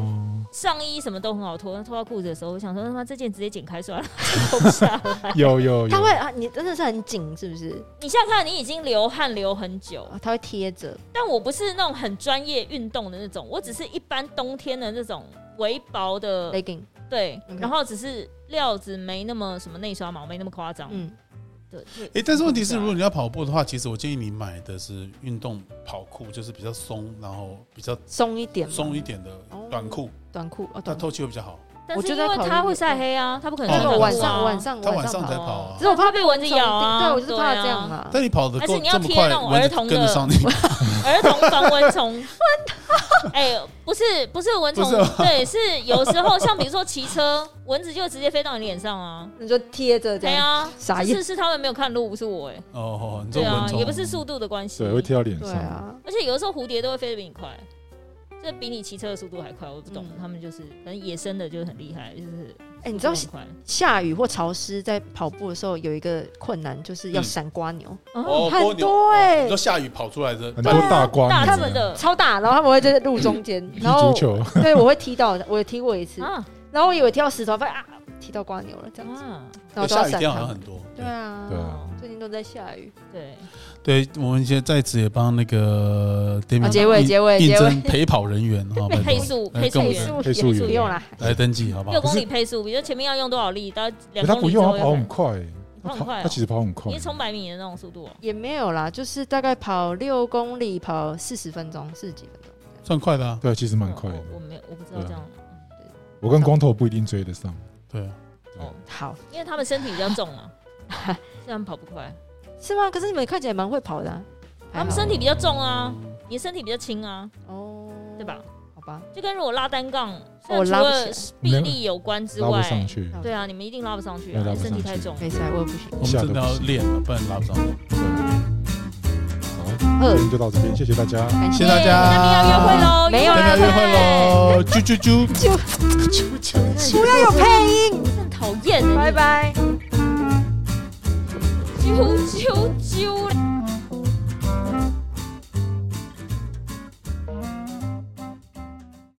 S3: 上衣什么都很好脱，脱到裤子的时候，我想说他妈这件直接剪开算了， [LAUGHS] 脱不下来。 [LAUGHS]
S1: 有有有，
S5: 它会啊，你真的是很紧，是不是？
S3: 你想想看，你已经流汗流很久，
S5: 啊，它会贴着，
S3: 但我不是那种很专业运动的那种，我只是一般冬天的那种微薄的，
S5: legging，
S3: 对
S5: OK，
S3: 然后只是料子没那么什么内刷毛，没那么夸张。
S5: 嗯，
S3: 对，对啊
S2: 哎，但是问题是，如果你要跑步的话，其实我建议你买的是运动跑裤，就是比较松，然后比较
S5: 松一点嘛，
S2: 松一点的短裤，
S5: 短裤哦，
S2: 它
S5: 短裤。
S2: 透气会比较好。
S3: 但
S5: 我
S3: 是
S5: 就
S3: 因
S5: 在
S3: 为
S5: 考虑嗯
S3: 它会晒黑啊，它不可能
S2: 哦
S3: 穿短裤啊。
S5: 晚上晚上
S2: 它晚上
S5: 跑
S2: 才，跑啊
S5: 只，是我怕
S3: 怕被蚊子咬啊
S5: 对，我就是怕这
S3: 对啊
S5: 样啦。
S2: 但你跑得
S3: 还
S2: 够
S3: 是你要
S2: 这么
S3: 贴
S2: 快，
S3: 那种
S2: 蚊子
S3: 儿童的
S2: 跟得上你，
S3: 儿童防
S5: [LAUGHS]
S3: 蚊虫。哎、不是不是蚊虫
S2: 不是吗，
S3: 对，是有时候像比如说骑车，蚊子就直接飞到你脸上
S5: [LAUGHS]
S3: 啊。
S5: 你就贴着这
S3: 对
S5: 样，
S3: 啊，
S5: 傻眼
S3: 是是他们没有看路，不是我哎、
S2: 哦，你这
S3: 对
S2: 种
S3: 啊
S2: 蚊，虫
S3: 也不是速度的关系，
S1: 对，会贴到脸
S5: 对
S1: 上。
S5: 啊，
S3: 而且有的时候蝴蝶都会飞得比你快，这比你骑车的速度还快。我不懂，
S5: 嗯
S3: 他们就是可能野生的就是很厉害，就是
S5: 哎，你知道
S3: 速度很快
S5: 下雨或潮湿在跑步的时候有一个困难，就是
S2: 嗯
S5: 要闪瓜牛，
S3: 哦，
S2: 哦，蜗
S5: 很
S2: 牛
S5: 多
S2: 你
S5: 哎
S2: 说。下雨跑出来的，
S1: 很多大光
S3: 啊
S2: 哦
S3: 大
S1: 子
S3: 只的
S5: 超大，然后他们会在路中间，
S1: 嗯踢
S5: 然后
S1: 足球，
S5: [LAUGHS] 对我会踢到，我有踢过一次，
S3: 啊
S5: 然后我以为踢到石头，发现啊踢到瓜牛了这样子，
S3: 啊，
S5: 然后就要
S2: 下雨
S5: 闪
S2: 天好像
S5: 它
S2: 很。多。
S5: 对啊，
S1: 对啊，
S5: 最近都在下雨。
S3: 对，
S2: 对，我们现在在此也帮那个
S1: 嗯
S2: d a m
S5: 啊结尾结尾
S2: 应
S5: 结尾
S2: 征陪跑人员哈，
S5: [LAUGHS]
S2: 拜托
S3: 配速
S1: 哎
S2: 来
S3: 配
S2: 跟我
S3: 速
S2: 们
S3: 员
S1: 配速员
S5: 不用啦，
S2: 来登记好不
S3: 六
S2: 好？
S3: 公里配速，比如前面要用多少力，到两
S1: 他
S3: 公
S1: 不
S3: 里之
S1: 用，他
S3: 后
S1: 跑
S3: 要
S1: 很快，
S3: 跑很快哦
S1: 他其实跑很快
S3: 你是，冲百米的那种速度哦。
S5: 也没有啦，就是大概跑六公里，跑四十分钟，四十几分钟。
S2: 算快的啊，
S1: 对，其实蛮快的啊
S3: 我。哦我没有，我不知道这样。嗯
S1: 我跟光头不一定追得上，
S2: 对啊，
S3: 哦，
S5: 好，
S3: 因为他们身体比较重
S5: [LAUGHS]
S3: 嘛，这样跑不快。
S5: 是吗？可是你们看起来蛮会跑的、啊，
S3: 他们
S5: 还好
S3: 身体比较重啊，你的身体比较轻啊，
S5: 哦，
S3: 对吧？？
S5: 好吧，
S3: 就跟如果拉单杠，虽
S5: 我
S3: 然除
S5: 哦拉不
S3: 了
S5: 起
S3: 臂力有关之
S1: 拉不
S3: 外，
S1: 上去。
S3: 对啊，你们一定拉不上去啊，
S1: 对拉
S3: 你
S1: 不上
S3: 身
S1: 去
S3: 体太重
S5: 来，。没事，啊我也不行。
S2: 我们真的要练了，不然拉不上。
S1: 对好，
S5: 二
S1: 今，天就到这边，谢谢大家。
S5: 感
S2: 谢谢
S5: 谢
S2: 大
S3: 耶那边要约会
S2: 家，
S3: 喽，
S5: 没有
S2: 大
S5: 啦
S2: 家约会喽，
S5: [LAUGHS]
S2: 哦啾啾啾。
S5: 不要有配音，
S3: 真讨厌，
S5: 拜，拜。
S3: 啾啾啾。